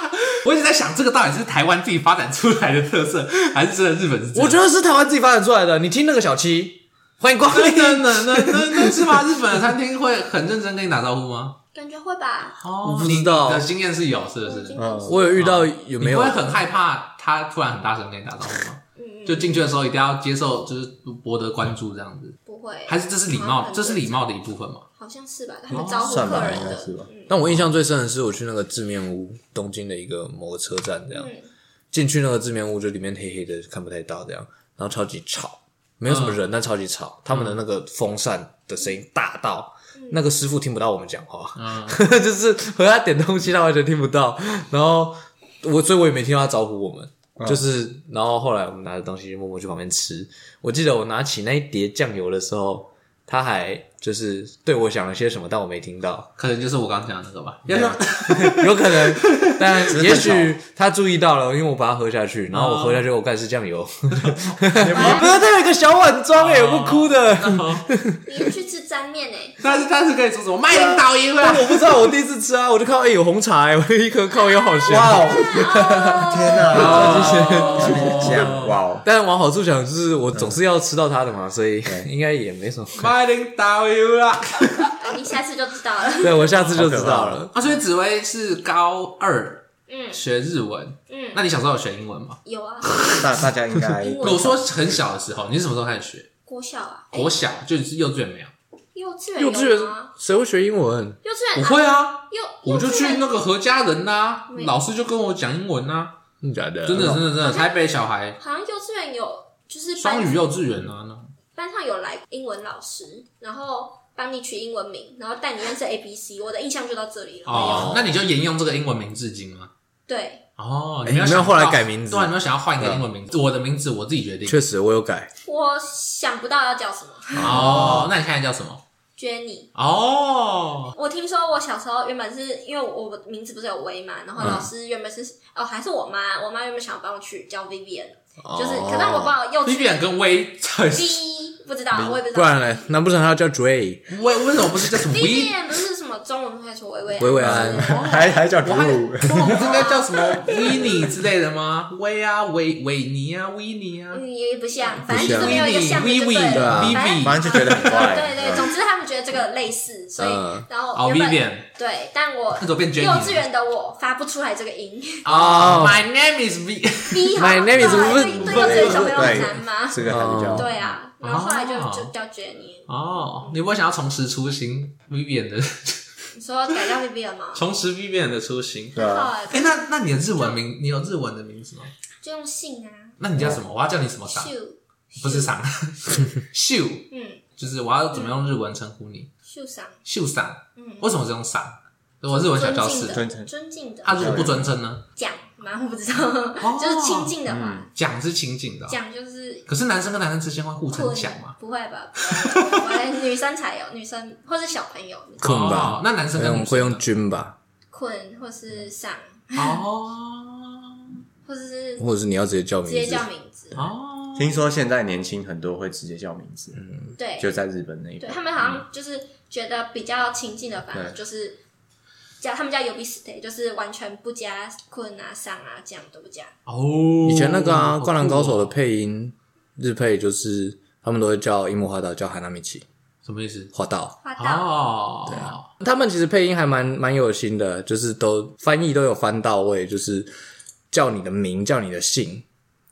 Speaker 1: 我一直在想，这个到底是台湾自己发展出来的特色，还是真的日本是这样？
Speaker 2: 我觉得是台湾自己发展出来的。你听那个小七，欢迎光
Speaker 1: 真
Speaker 2: 临。
Speaker 1: 的那那那那是吗？日本的餐厅会很认真跟你打招呼吗？
Speaker 4: 感觉会吧？
Speaker 1: 哦
Speaker 2: 我不知道
Speaker 1: 你的经验是有，是不是？
Speaker 4: 嗯
Speaker 2: 我有遇到有没
Speaker 1: 你
Speaker 2: 有
Speaker 1: 不会很害怕他突然很大声跟你打招呼吗？
Speaker 4: 嗯，
Speaker 1: 就进去的时候一定要接受，就是博得关注这样子，
Speaker 4: 不会，
Speaker 1: 还是这是礼
Speaker 4: 好像
Speaker 1: 貌？
Speaker 4: 很
Speaker 1: 这是礼貌的一部分吗？
Speaker 4: 好像是吧？他们招呼
Speaker 3: 哦算吧
Speaker 4: 客人
Speaker 3: 应该
Speaker 4: 的，
Speaker 3: 是吧
Speaker 4: 嗯
Speaker 2: 但我印象最深的是我去那个字面屋，东京的一个某个车站这样，
Speaker 4: 嗯
Speaker 2: 进去那个字面屋就里面黑黑的，看不太到这样，然后超级吵，没有什么人，但超级吵，他们的那个风扇的声音大到。那个师傅听不到我们讲话，
Speaker 1: 嗯
Speaker 2: 就是和他点东西，他完全听不到。然后我，所以我也没听到他招呼我们。就是，然后后来我们拿着东西默默去旁边吃。我记得我拿起那一碟酱油的时候，他还就是对我讲了些什么，但我没听到。
Speaker 1: 可能就是我刚讲的那个吧。要说
Speaker 2: 有可能， 但也许他注意到了，因为我把它喝下去，然后我喝下去，我哦盖是酱油， 我不要再有一个小碗装哎，我不哭的。
Speaker 4: 你们去吃沾面欸诶，
Speaker 1: 但是但是可以说什么卖领导啊赢
Speaker 2: 但
Speaker 1: 了，
Speaker 2: 我不知道，我第一次吃啊，我就看到哎有红茶哎，我一颗靠有好香。
Speaker 3: 哇哦，
Speaker 4: 哦
Speaker 3: 天哪，
Speaker 1: 哦
Speaker 3: 这样哇哦，
Speaker 2: 但往好处想，就是我总是要吃到它的嘛，所以 应该也没什么。
Speaker 1: 卖领导赢了。
Speaker 4: 哦你下次就知道了。
Speaker 2: 对我下次就知道
Speaker 3: 好可
Speaker 2: 了。
Speaker 1: 啊，所以紫薇是高二
Speaker 4: 嗯
Speaker 1: 学日文，
Speaker 4: 嗯，
Speaker 1: 那你小时候有学英文吗？
Speaker 4: 有啊，
Speaker 3: 大大家应 该
Speaker 4: 英文
Speaker 1: 我说很小的时候，你是什么时候开始学？
Speaker 4: 国小啊，诶
Speaker 1: 国小就是幼稚园没有？
Speaker 4: 幼稚园
Speaker 2: 幼稚园
Speaker 4: 有吗
Speaker 2: 谁会学英文？
Speaker 4: 幼稚
Speaker 1: 我
Speaker 4: 园
Speaker 1: 会啊，
Speaker 4: 幼，
Speaker 1: 我就
Speaker 4: 幼稚
Speaker 1: 去
Speaker 4: 园
Speaker 1: 那个何家人呐、
Speaker 4: 没有
Speaker 1: 老师就跟我讲英文呐、
Speaker 2: 真的假的？哦
Speaker 1: 真的真的真的，台北小孩
Speaker 4: 好像幼稚园有就是
Speaker 1: 双
Speaker 4: 班
Speaker 1: 语幼稚园啊，那
Speaker 4: 班上有来英文老师，然后帮你取英文名，然后带你认识 A B C。我的印象就到这里了。
Speaker 1: 哦，那你就沿用这个英文名至今吗？
Speaker 4: 对，
Speaker 1: 哦，
Speaker 2: 哎
Speaker 1: 你没有
Speaker 2: 你没有
Speaker 1: 想
Speaker 2: 后来
Speaker 1: 到
Speaker 2: 改名字
Speaker 1: 对啊，你没有想要换一个英文名字？我的名字我自己决定。
Speaker 2: 确实我有改，
Speaker 4: 我想不到要叫什么
Speaker 1: 哦，那你现在叫什么？
Speaker 4: ，Jenny。
Speaker 1: 哦，
Speaker 4: 我听说我小时候原本是因为我名字不是有微嘛，然后老师原本是、哦还是我妈，我妈原本想帮我取叫 Vivian，、就是可是我不知道幼
Speaker 1: 你
Speaker 4: 稚
Speaker 1: 远
Speaker 4: 园
Speaker 1: 跟微才
Speaker 4: V 不知道，我也不知
Speaker 2: 不
Speaker 4: 道
Speaker 2: 然嘞，难不成他要叫 Dre
Speaker 1: 微为什么不是叫什么微？
Speaker 4: Vivian 不是什么中文会说微微啊
Speaker 2: 维维安？
Speaker 3: 还还叫
Speaker 1: 哦我还哦
Speaker 3: Drew，
Speaker 1: 我们应该叫什么维尼之类的吗？维啊，维维尼啊，维尼啊，
Speaker 4: 嗯，也不像，
Speaker 2: 不
Speaker 4: 反
Speaker 2: 像
Speaker 4: 正就是没有一个像的就对
Speaker 1: Vivi，对
Speaker 4: 了
Speaker 1: 啊。
Speaker 4: 反正
Speaker 1: Vivi
Speaker 3: 反正就觉得很怪。
Speaker 4: 对对，总之他们觉得这个类似，所以
Speaker 2: 嗯
Speaker 4: 然
Speaker 1: 哦
Speaker 4: 后原本
Speaker 1: ，Vivian
Speaker 4: 对，但我
Speaker 1: 那时候变 Jenny
Speaker 4: 幼稚园的我发不出来这个音
Speaker 1: 哦
Speaker 2: 哦
Speaker 1: ，My name is V。
Speaker 4: ，B 好
Speaker 2: My
Speaker 4: 像
Speaker 2: name is
Speaker 4: 对
Speaker 2: Vivian
Speaker 4: 对幼稚园小朋友很难吗？
Speaker 3: 这个还是叫
Speaker 4: 对啊，然后后来就
Speaker 1: 哦
Speaker 4: 就叫 Jenny，
Speaker 1: 哦，你不会想要重拾初心，Vivian 的
Speaker 4: 你说改叫 Vivian 吗？
Speaker 1: 重拾 Vivian 的初心。
Speaker 3: 对啊，
Speaker 4: 好，
Speaker 1: 哎，那那你的日文名，你有日文的名字吗？
Speaker 4: 就用姓啊，
Speaker 1: 那你叫什么？我要叫你什么赏？
Speaker 4: 秀，
Speaker 1: 不是 赏，秀，
Speaker 4: 嗯，
Speaker 1: 就是我要怎么用日文称呼你？
Speaker 4: 秀赏，
Speaker 1: 秀赏，
Speaker 4: 嗯，
Speaker 1: 为什么是用赏？我日文小教室。
Speaker 3: 尊
Speaker 4: 尊敬
Speaker 3: 称
Speaker 4: 的，尊敬的
Speaker 1: 他、，哦如果不尊称呢？
Speaker 4: 讲吗？我不知道，就是亲近的嘛，
Speaker 1: 讲是亲近的哦、
Speaker 4: 讲就是
Speaker 1: 可是男生跟男生之间会互称
Speaker 4: 困
Speaker 1: 讲吗？
Speaker 4: 不会吧？不会我女生才有，女生或是小朋友
Speaker 2: 困吧
Speaker 1: 哦，那男生
Speaker 2: 会
Speaker 1: 跟
Speaker 2: 用
Speaker 1: 女
Speaker 2: 会
Speaker 1: 生
Speaker 2: 用
Speaker 1: 呢
Speaker 2: 君吧，
Speaker 4: 困，或是上，
Speaker 1: 哦
Speaker 4: 或者是直
Speaker 2: 或者是你要直接叫名字，
Speaker 4: 接叫名字。
Speaker 1: 哦，
Speaker 3: 听说现在年轻很多会直接叫名字，
Speaker 4: 对，
Speaker 3: 就在日本那一
Speaker 4: 对嗯
Speaker 3: 边。
Speaker 4: 他们好像就是觉得比较亲近的，反而
Speaker 3: 对
Speaker 4: 就是加他们加 u b i s t a 就是完全不加困啊、上啊这样都不加。
Speaker 1: 哦，
Speaker 2: 以前那个啊，
Speaker 1: 好
Speaker 2: 《
Speaker 1: 酷哦
Speaker 2: 灌篮高手》的配音日配就是他们都会叫樱木花道叫海南米奇
Speaker 1: 什么意思？
Speaker 2: 花道，
Speaker 4: 花道，
Speaker 1: 哦，
Speaker 2: 对啊，他们其实配音还蛮蛮有心的，就是都翻译都有翻到位，就是叫你的名叫你的姓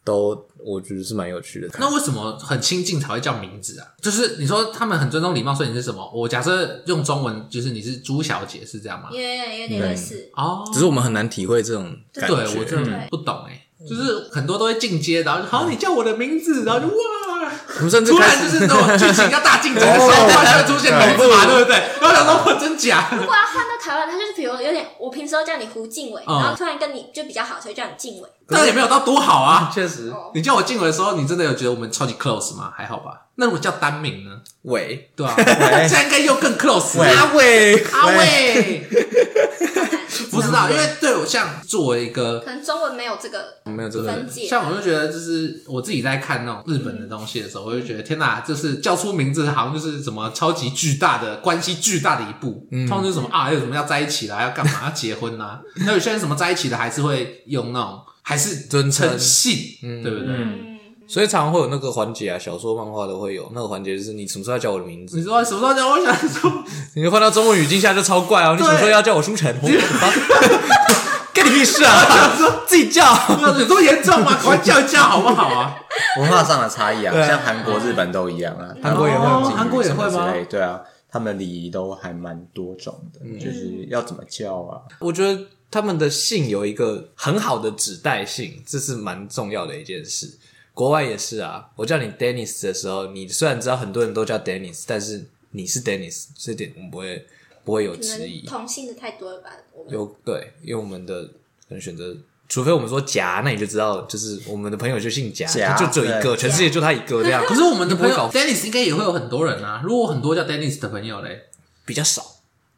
Speaker 2: 都我觉得是蛮有趣的。
Speaker 1: 那为什么很亲近才会叫名字啊？就是你说他们很尊重礼貌，所以你是什么？我假设用中文就是你是朱小姐，是这样吗？
Speaker 4: 因为有点类似，
Speaker 1: 哦，
Speaker 2: 只是我们很难体会这种感
Speaker 1: 对
Speaker 2: 觉
Speaker 1: 我真的
Speaker 4: 对
Speaker 1: 不懂哎、就是很多都会进阶，然后就好，你叫我的名字，然后就哇，
Speaker 2: 我们甚至
Speaker 1: 突
Speaker 2: 开
Speaker 1: 然
Speaker 2: 始哦
Speaker 1: 就是那种剧情要大竞争的时候，突然就会出现名字嘛，对不对？然后想说，我真假？
Speaker 4: 如果要换到台啊湾，他就是比如有点，我平时都叫你胡静伟，
Speaker 1: 嗯
Speaker 4: 然后突然跟你就比较好，所以叫你静伟。
Speaker 1: 但也没有到多好啊。
Speaker 2: 确实
Speaker 4: 哦，
Speaker 1: 你叫我静伟的时候，你真的有觉得我们超级 close 吗？还好吧。那如果叫单名呢？
Speaker 2: 喂
Speaker 1: 对啊， 这样应该又更 close 啊了。
Speaker 2: 阿伟，
Speaker 1: 阿伟， 不知道，
Speaker 4: 这样子
Speaker 1: 因为对我像作为一个
Speaker 4: 可能中文没有这个
Speaker 2: 没有这个
Speaker 4: 分界，
Speaker 1: 像我就觉得，就是我自己在看那种日本的东西的时候，我就觉得天哪，就是叫出名字好像就是什么超级巨大的关系巨大的一步，通常就是什么啊，有什么要在一起啦，要干嘛，要结婚啦。那有些人什么在一起的，还是会用那种还是
Speaker 2: 尊称
Speaker 1: 称姓，对不对？
Speaker 4: 嗯，
Speaker 2: 所以常常会有那个环节啊，小说、漫画都会有那个环节，就是你什么时候要叫我的名字
Speaker 1: 你？说什么时候叫我想说，
Speaker 2: 你就换到中文语境下就超怪哦，你什么时候要叫我舒 晨？跟你屁事啊！ 自己 叫。
Speaker 1: 有这么严重吗？赶快叫一叫好不好啊？
Speaker 3: 文化上的差异啊
Speaker 2: 对，啊
Speaker 3: 像韩国、日本都一样啊，
Speaker 2: 韩国也会
Speaker 1: 哦
Speaker 3: 敬语
Speaker 1: 韩国也会
Speaker 3: 什么
Speaker 1: 吗
Speaker 3: 之类？对啊，他们礼仪都还蛮多种的，
Speaker 1: 嗯
Speaker 3: 就是要怎么叫啊？
Speaker 2: 我觉得他们的姓有一个很好的指代性，这是蛮重要的一件事。国外也是啊，我叫你 Dennis 的时候，你虽然知道很多人都叫 Dennis，但是你是 Dennis，这点我们不会不会有
Speaker 4: 嗯可
Speaker 2: 质
Speaker 4: 能
Speaker 2: 疑。
Speaker 4: 同性的太多了吧？我们
Speaker 2: 有对，因为我们的可能选择，除非我们说夹，那你就知道，就是我们的朋友就姓夹，
Speaker 3: 夹
Speaker 2: 就只有一个，
Speaker 3: 对
Speaker 2: 全世界就他一个这 样，
Speaker 1: 可是我们的朋友
Speaker 2: 你不会搞
Speaker 1: Dennis 应该也会有很多人啊。如果很多叫 Dennis 的朋友嘞，
Speaker 2: 比较少，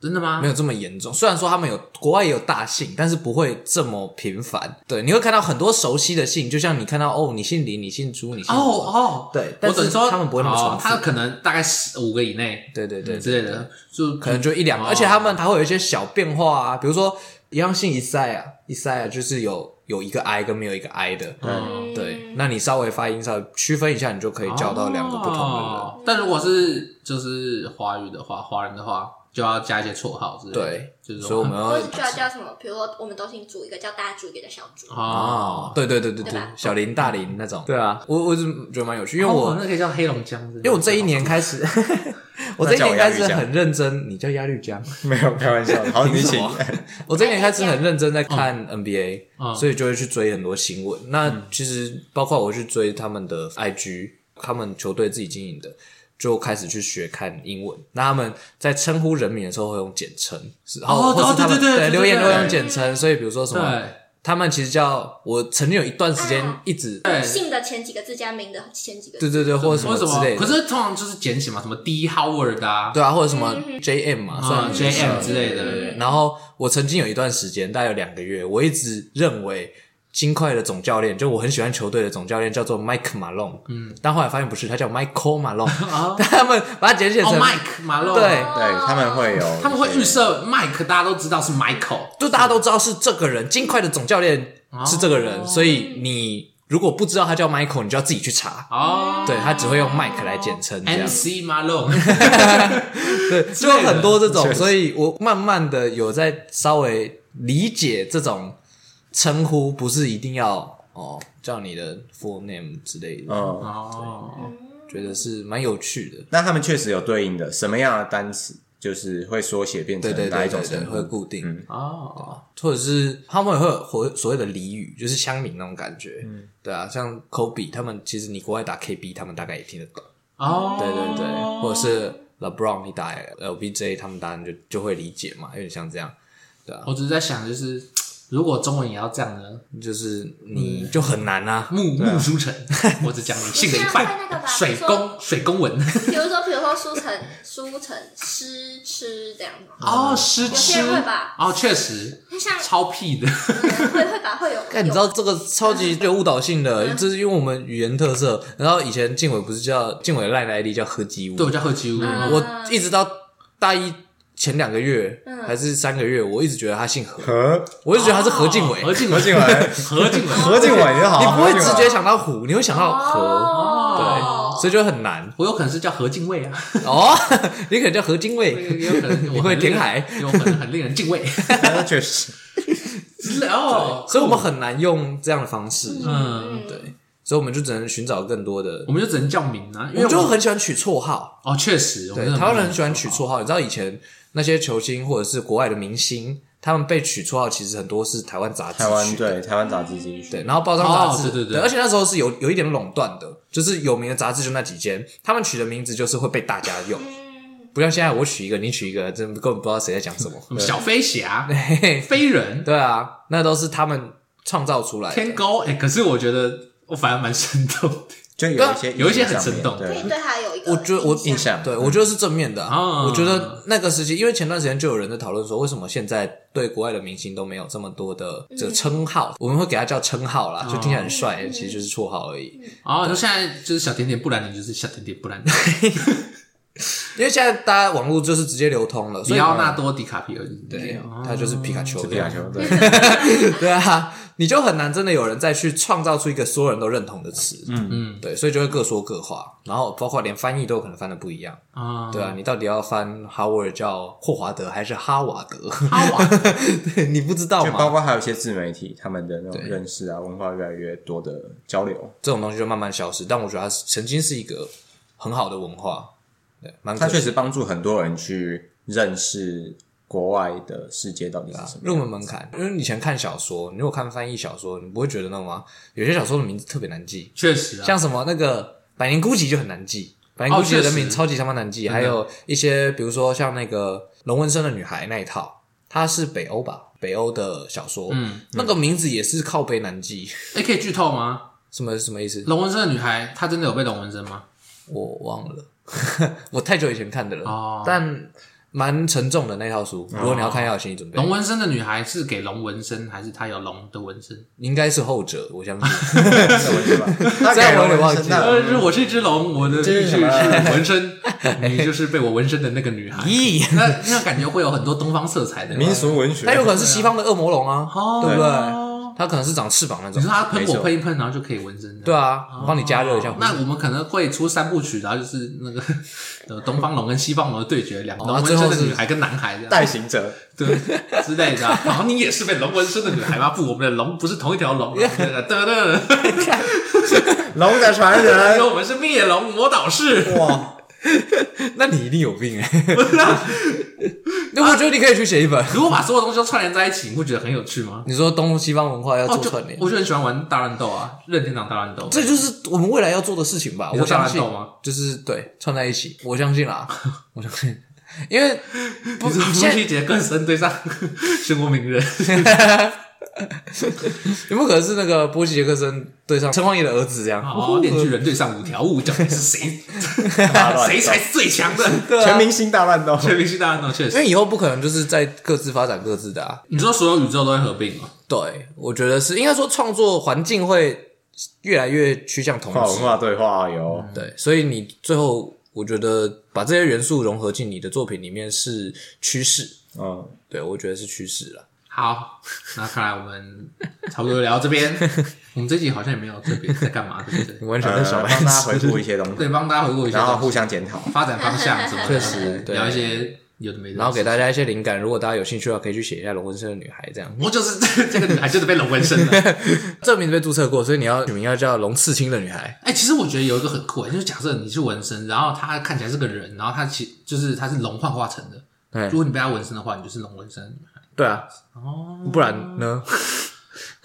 Speaker 1: 真的吗
Speaker 2: 没？有这么严重。虽然说他们有国外也有大姓，但是不会这么频繁。对，你会看到很多熟悉的姓，就像你看到哦，你姓林，你姓朱，你姓
Speaker 1: 哦
Speaker 2: 罗
Speaker 1: 哦，
Speaker 2: 对，
Speaker 1: 我
Speaker 2: 但
Speaker 1: 只
Speaker 2: 是
Speaker 1: 能说
Speaker 2: 他们不会那么重
Speaker 1: 哦
Speaker 2: 复。
Speaker 1: 他可能大概十五个以内
Speaker 2: 对对对，
Speaker 1: 之类的，就
Speaker 2: 可能就一两个，
Speaker 1: 嗯哦
Speaker 2: 而且他们还会有一些小变化啊，比如说一样姓一赛啊，一赛啊就是有有一个 I 跟没有一个 I 的，
Speaker 1: 嗯
Speaker 2: 对，那你稍微发音稍微区分一下，你就可以叫到两个不同的人。
Speaker 1: 哦但如果是就是华语的话，华人的话就要加一些绰号之类的，
Speaker 2: 对，
Speaker 1: 就是
Speaker 2: 所以我们
Speaker 4: 或
Speaker 2: 要
Speaker 4: 者就要叫什么？比如说我们都姓朱，一个叫大朱，一个叫小朱。
Speaker 1: 啊，
Speaker 2: 哦，对对对对
Speaker 4: 对
Speaker 2: 对
Speaker 4: 吧，
Speaker 2: 小林、大林那种。对啊，我我是觉得蛮有趣，因为我
Speaker 1: 哦那可以叫黑龙江之类的，
Speaker 2: 因为我这一年 开始，我这一年开始
Speaker 3: 那叫我鸭绿
Speaker 2: 很认真，你叫鸭绿 江，
Speaker 3: 没有开玩笑的，好，
Speaker 2: 凭
Speaker 3: 你
Speaker 2: 什
Speaker 3: 请
Speaker 2: 么。我这一年开始很认真在看 NBA，
Speaker 1: 嗯
Speaker 2: 所以就会去追很多新闻。那其实包括我去追他们的 IG，他们球队自己经营的。就开始去学看英文。那他们在称呼人名的时候会用简称，是
Speaker 1: 哦
Speaker 2: 或是他们
Speaker 1: 对对对对对
Speaker 2: 留言都会用
Speaker 1: 对
Speaker 2: 简称。所以比如说什么，
Speaker 1: 对
Speaker 2: 他们其实叫我曾经有一段时间
Speaker 4: 啊
Speaker 2: 一直
Speaker 1: 对
Speaker 4: 姓的前几个字加名的前几个字，
Speaker 2: 对对对，或者什
Speaker 1: 为什
Speaker 2: 之类
Speaker 1: 么？可
Speaker 2: 的。
Speaker 1: 是通常就是简写嘛，什么 D Howard 啊，
Speaker 2: 对啊，或者什么 JM 嘛，算
Speaker 1: 啊 JM 之类
Speaker 2: 对对
Speaker 1: 的，
Speaker 2: 然后我曾经有一段时间，大概有两个月，我一直认为金块的总教练，就我很喜欢球队的总教练叫做 Mike Malone，嗯，但后来发现不是，他叫 Michael Malone，、
Speaker 1: 哦
Speaker 2: 他们把它简写
Speaker 1: 哦
Speaker 2: 成、
Speaker 1: Mike 马龙，
Speaker 2: 对
Speaker 3: 对他们会有，
Speaker 1: 他们会预，设 Mike，大家都知道是 Michael，
Speaker 2: 就大家都知道是这个人，金块的总教练是这个人，
Speaker 1: 哦
Speaker 2: 所以你如果不知道他叫 Michael，你就要自己去查。
Speaker 1: 哦，
Speaker 2: 对他只会用 Mike 来简称，嗯这样。
Speaker 1: MC 马龙，
Speaker 2: 对，就有很多这种，所以我慢慢的有在稍微理解这种称呼，不是一定要哦叫你的 full name 之类的，
Speaker 3: 嗯，
Speaker 1: 哦，
Speaker 2: 觉得是蛮有趣的。
Speaker 3: 那他们确实有对应的什么样的单词，就是会缩写变
Speaker 2: 对
Speaker 3: 成
Speaker 2: 对
Speaker 3: 哪
Speaker 2: 对
Speaker 3: 一种
Speaker 2: 对对，
Speaker 3: 称
Speaker 2: 会
Speaker 3: 呼？
Speaker 2: 固定，
Speaker 3: 嗯
Speaker 1: 哦，
Speaker 2: 或者是他们也会有所所谓的俚语，就是乡民那种感觉。
Speaker 3: 嗯
Speaker 2: 对啊，像 Kobe 他们，其实你国外打 KB，他们大概也听得懂。
Speaker 1: 哦，
Speaker 2: 对对对，或者是 LeBron 你打 LBJ，他们当然就就会理解嘛，有点像这样。对啊，
Speaker 1: 我只是在想，就是如果中文也要这样呢，
Speaker 2: 就是你就很难啊。
Speaker 1: 木木书 城，我只讲你性的一
Speaker 4: 你这样会那个
Speaker 1: 半，
Speaker 4: 吧
Speaker 1: 水工水工文
Speaker 4: 比如说，比如说舒城、舒城、诗吃这样子，
Speaker 1: 哦，诗
Speaker 4: 些
Speaker 1: 吃
Speaker 4: 人会吧
Speaker 1: 哦，确实
Speaker 4: 那像
Speaker 1: 超屁的，
Speaker 4: 会会吧，会有。
Speaker 2: 但你知道这个超级有误导性的，这是因为我们语言特色。然后以前静伟不是叫静伟赖来丽叫何吉武，
Speaker 1: 嗯对我叫贺吉屋，
Speaker 4: 嗯
Speaker 2: 我一直到大一前两个月、
Speaker 4: 嗯
Speaker 2: 还是三个月，我一直觉得他姓何，
Speaker 3: 何
Speaker 2: 我一直觉得他是何敬伟。
Speaker 1: 哦何敬
Speaker 3: 何敬伟
Speaker 1: 何敬伟，
Speaker 3: 何敬伟，你好，
Speaker 2: 你不会
Speaker 3: 何敬
Speaker 2: 直
Speaker 3: 伟
Speaker 2: 接想到虎，你会想到何，
Speaker 4: 哦
Speaker 2: 对，所以就很难
Speaker 1: 我有可能是叫何敬畏啊，
Speaker 2: 哦。你可能叫何精卫，
Speaker 1: 也有可能
Speaker 2: 你
Speaker 1: 我
Speaker 2: 会
Speaker 1: 很令
Speaker 2: 填
Speaker 1: 人
Speaker 2: 海，
Speaker 1: 有可能很令人敬 畏。
Speaker 3: 确实，
Speaker 1: 哦，
Speaker 2: 所以我们很难用这样的方式，
Speaker 1: 嗯，
Speaker 2: 对，所以我们就只能寻找更多的
Speaker 1: 我。们就只能叫名啊，因
Speaker 2: 我
Speaker 1: 为
Speaker 2: 们就
Speaker 1: 我
Speaker 2: 很喜欢取绰号，
Speaker 1: 哦，确实，我
Speaker 2: 对
Speaker 1: 们，真的
Speaker 2: 台湾人
Speaker 1: 蛮
Speaker 2: 很喜欢取绰号。你知道以前那些球星或者是国外的明星，他们被取绰号其实很多是台湾杂志
Speaker 3: 台湾
Speaker 2: 取的
Speaker 3: 对台湾杂志继续
Speaker 2: 对，然后包装杂志，
Speaker 1: 哦对对对
Speaker 2: 而且那时候是有有一点垄断的，就是有名的杂志就那几间，他们取的名字就是会被大家用，
Speaker 4: 嗯
Speaker 2: 不像现在我取一个，你取一个，真的根本不知道谁在讲 什么。
Speaker 1: 什么小飞侠、
Speaker 2: 嘿嘿
Speaker 1: 飞人、
Speaker 2: 对啊，那都是他们创造出来
Speaker 1: 天
Speaker 2: 的。
Speaker 1: 钩，哎，可是我觉得我反而蛮生动的。
Speaker 3: 就有一些
Speaker 1: 有一些很
Speaker 3: 上面
Speaker 1: 生动
Speaker 4: 可以
Speaker 3: 对
Speaker 4: 对他有一个
Speaker 2: 我觉得我
Speaker 3: 印象，
Speaker 2: 对，我觉得是正面的啊。
Speaker 1: 嗯
Speaker 2: 我觉得那个时期，因为前段时间就有人在讨论说，为什么现在对国外的明星都没有这么多的这个称号？我们会给他叫称号啦，就听起来很帅，
Speaker 4: 嗯
Speaker 2: 其实就是绰号而已。
Speaker 1: 哦，你说现在就是小甜甜布兰妮，就是小甜甜布 兰妮，
Speaker 2: 因为现在大家网络就是直接流通了，
Speaker 1: 里
Speaker 2: 所以嗯
Speaker 1: 奥纳多·迪卡皮尔，
Speaker 2: 对
Speaker 1: 哦，
Speaker 2: 他就是皮卡丘
Speaker 3: 是
Speaker 2: 这
Speaker 3: 皮
Speaker 2: 样
Speaker 3: 卡。丘对，
Speaker 2: 对啊，你就很难真的有人再去创造出一个所有人都认同的词。嗯嗯，对，所以就会各说各话，然后包括连翻译都有可能翻的不一样。
Speaker 1: 啊，
Speaker 2: 对啊，你到底要翻哈沃尔叫霍华德还是哈瓦德？
Speaker 1: 哈瓦德
Speaker 2: 对你不知道
Speaker 3: 就包
Speaker 2: 吗？
Speaker 3: 括还有一些自媒体，他们的那种
Speaker 2: 对
Speaker 3: 认识啊，文化越来越多的交流，
Speaker 2: 这种东西就慢慢消失，但我觉得它曾经是一个很好的文化，对，蛮可
Speaker 3: 它
Speaker 2: 惜
Speaker 3: 确实帮助很多人去认识国外的世界到底是
Speaker 2: 啊
Speaker 3: 什么
Speaker 2: 入
Speaker 3: 样。
Speaker 2: 门门槛。因为以前看小说，你如果看翻译小说，你不会觉得那种吗？有些小说的名字特别难记，
Speaker 1: 确实啊，
Speaker 2: 像什么那个《百年孤寂》就很难记，《百年
Speaker 1: 哦
Speaker 2: 孤寂》的
Speaker 1: 确
Speaker 2: 人名
Speaker 1: 实
Speaker 2: 超级他妈难记，还有一些比如说像那个龙纹身的女孩那一套，它是北欧吧，北欧的小说，
Speaker 1: 嗯，
Speaker 2: 那个名字也是靠背难记，
Speaker 1: 哎，可以剧透吗？
Speaker 2: 什么什么意思？
Speaker 1: 龙纹身的女孩，她真的有被龙纹身吗？
Speaker 2: 我忘了， 我太久以前看的了，
Speaker 1: 哦
Speaker 2: 但蛮沉重的那套书，如果你要看，要有心理准备。
Speaker 1: 龙纹身的女孩是给龙纹身，还是她有龙的纹身？
Speaker 2: 应该是后者，我相 信。
Speaker 3: 什么是 吧？那
Speaker 2: 虽然我
Speaker 3: 有
Speaker 2: 有点忘记了
Speaker 1: 呃，是我是一只龙，我的必须
Speaker 3: 这是
Speaker 1: 是
Speaker 3: 什么
Speaker 1: 纹身， 你就是被我纹身的那个女孩。
Speaker 2: 咦，
Speaker 1: 那那感觉会有很多东方色彩的
Speaker 3: 民俗文学
Speaker 2: 那，有可能是西方的恶魔龙啊，
Speaker 1: 哦
Speaker 2: 对不对
Speaker 1: 哦？
Speaker 2: 它可能是长翅膀那
Speaker 1: 你
Speaker 2: 种
Speaker 1: 说。他喷
Speaker 3: 没
Speaker 1: 火
Speaker 3: 错
Speaker 1: 喷一喷，然后就可以纹身。
Speaker 2: 对，啊，我帮你加热一下。
Speaker 1: 那我们可能会出三部曲，然后就是那个呃东方龙跟西方龙的对决，两个
Speaker 2: 哦
Speaker 1: 龙
Speaker 2: 那
Speaker 1: 纹
Speaker 2: 最后
Speaker 1: 身的
Speaker 2: 是
Speaker 1: 女孩跟男孩这样
Speaker 3: 代行者
Speaker 1: 对之类的啊。然后你也是被龙纹身的女孩吗？不，我们的龙不是同一条 龙，对对对，
Speaker 3: 龙的传
Speaker 1: 因为
Speaker 3: 人，
Speaker 1: 我们是灭龙魔导士。
Speaker 3: 哇，
Speaker 2: 那你一定有 病哎！ 那我觉得你可以去写一本。
Speaker 1: 如果把所有东西都串联在一起，你不觉得很有趣吗？
Speaker 2: 你说东西方文化要
Speaker 1: 哦，
Speaker 2: 做
Speaker 1: 就
Speaker 2: 串联，
Speaker 1: 我就很喜欢玩大乱斗啊，任天堂大乱斗。
Speaker 2: 这就是我们未来要做的事情吧？
Speaker 1: 你
Speaker 2: 我
Speaker 1: 说大
Speaker 2: 相
Speaker 1: 乱
Speaker 2: 信
Speaker 1: 斗吗？
Speaker 2: 就是对串在一起，我相 信啦，我相信，因为不
Speaker 1: 你说夫
Speaker 2: 现在
Speaker 1: 妻杰克森对上 漩涡鸣人，
Speaker 2: 有没有可能是那个波西杰克森对上陈匡胤的儿子这样？
Speaker 1: 哦，链锯人对上五条悟，到底是谁
Speaker 3: 大乱斗
Speaker 1: 谁才是最强的？
Speaker 2: 对
Speaker 3: 全
Speaker 2: 啊，
Speaker 3: 明星大乱斗，
Speaker 1: 全明星大乱斗确
Speaker 2: 因
Speaker 1: 实，
Speaker 2: 为以后不可能就是在各自发展各自的啊。
Speaker 1: 你说所有宇宙都会合并哦，
Speaker 2: 对，我觉得是应该说创作环境会越来越趋向同
Speaker 3: 跨文
Speaker 2: 质。
Speaker 3: 化对话有
Speaker 2: 对，所以你最后我觉得把这些元素融合进你的作品里面是趋势。
Speaker 3: 嗯。
Speaker 2: 对，我觉得是趋势了。
Speaker 1: 好，那看来我们差不多聊到这边。我们这集好像也没有特别在干嘛，对 不对？
Speaker 2: 完全
Speaker 3: 呃
Speaker 2: 在小
Speaker 3: 帮
Speaker 2: 白
Speaker 3: 大家回
Speaker 2: 痴。
Speaker 3: 顾一些东 西，
Speaker 1: 对，帮大家回顾一
Speaker 3: 然后
Speaker 1: 下
Speaker 3: 互相检讨。
Speaker 1: 发展方向什么的，
Speaker 2: 确实对
Speaker 1: 聊一些有的没的，
Speaker 2: 然后给大家一些灵感，如果大家有兴趣的话，可以去写一下《龙纹身的女孩》这样。
Speaker 1: 我就是 这个女孩就是被龙纹身了。
Speaker 2: 这个名字被注册过，所以你要取名要叫《龙刺青的女孩
Speaker 1: 哎、其实我觉得有一个很酷，就是假设你是纹身，然后他看起来是个人，然后他其就是他是龙幻化成的。》。如
Speaker 2: 对，
Speaker 1: 果你被他纹身的话，你就是龙纹身，
Speaker 2: 对啊。哦。不然呢？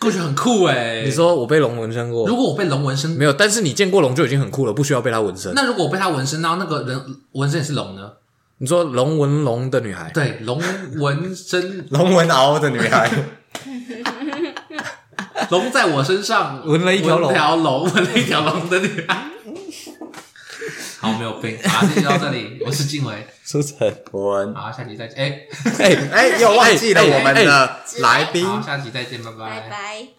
Speaker 1: 我觉得很酷哎、
Speaker 2: 你说我被龙纹身过
Speaker 1: 如，果我被龙纹身，
Speaker 2: 没有？但是你见过龙就已经很酷了，不需要被它纹身。
Speaker 1: 那如果我被他纹身，然后那个人纹身也是龙呢？
Speaker 2: 你说龙纹龙的女孩，
Speaker 1: 对，龙纹身，
Speaker 3: 龙纹鳌的女 孩，
Speaker 1: 龙在我身上
Speaker 2: 纹了一条龙
Speaker 1: 纹条龙， 纹了一条龙的女孩。好，没有病。好，这集到这里，我是静伟。
Speaker 2: 苏晨，
Speaker 3: 我们
Speaker 1: 好，下集再见。哎、
Speaker 2: 哎，
Speaker 3: 哎，又忘记了
Speaker 2: 哎
Speaker 3: 我们
Speaker 2: 哎
Speaker 3: 的来宾。
Speaker 1: 好，下集再见，拜
Speaker 4: 拜拜。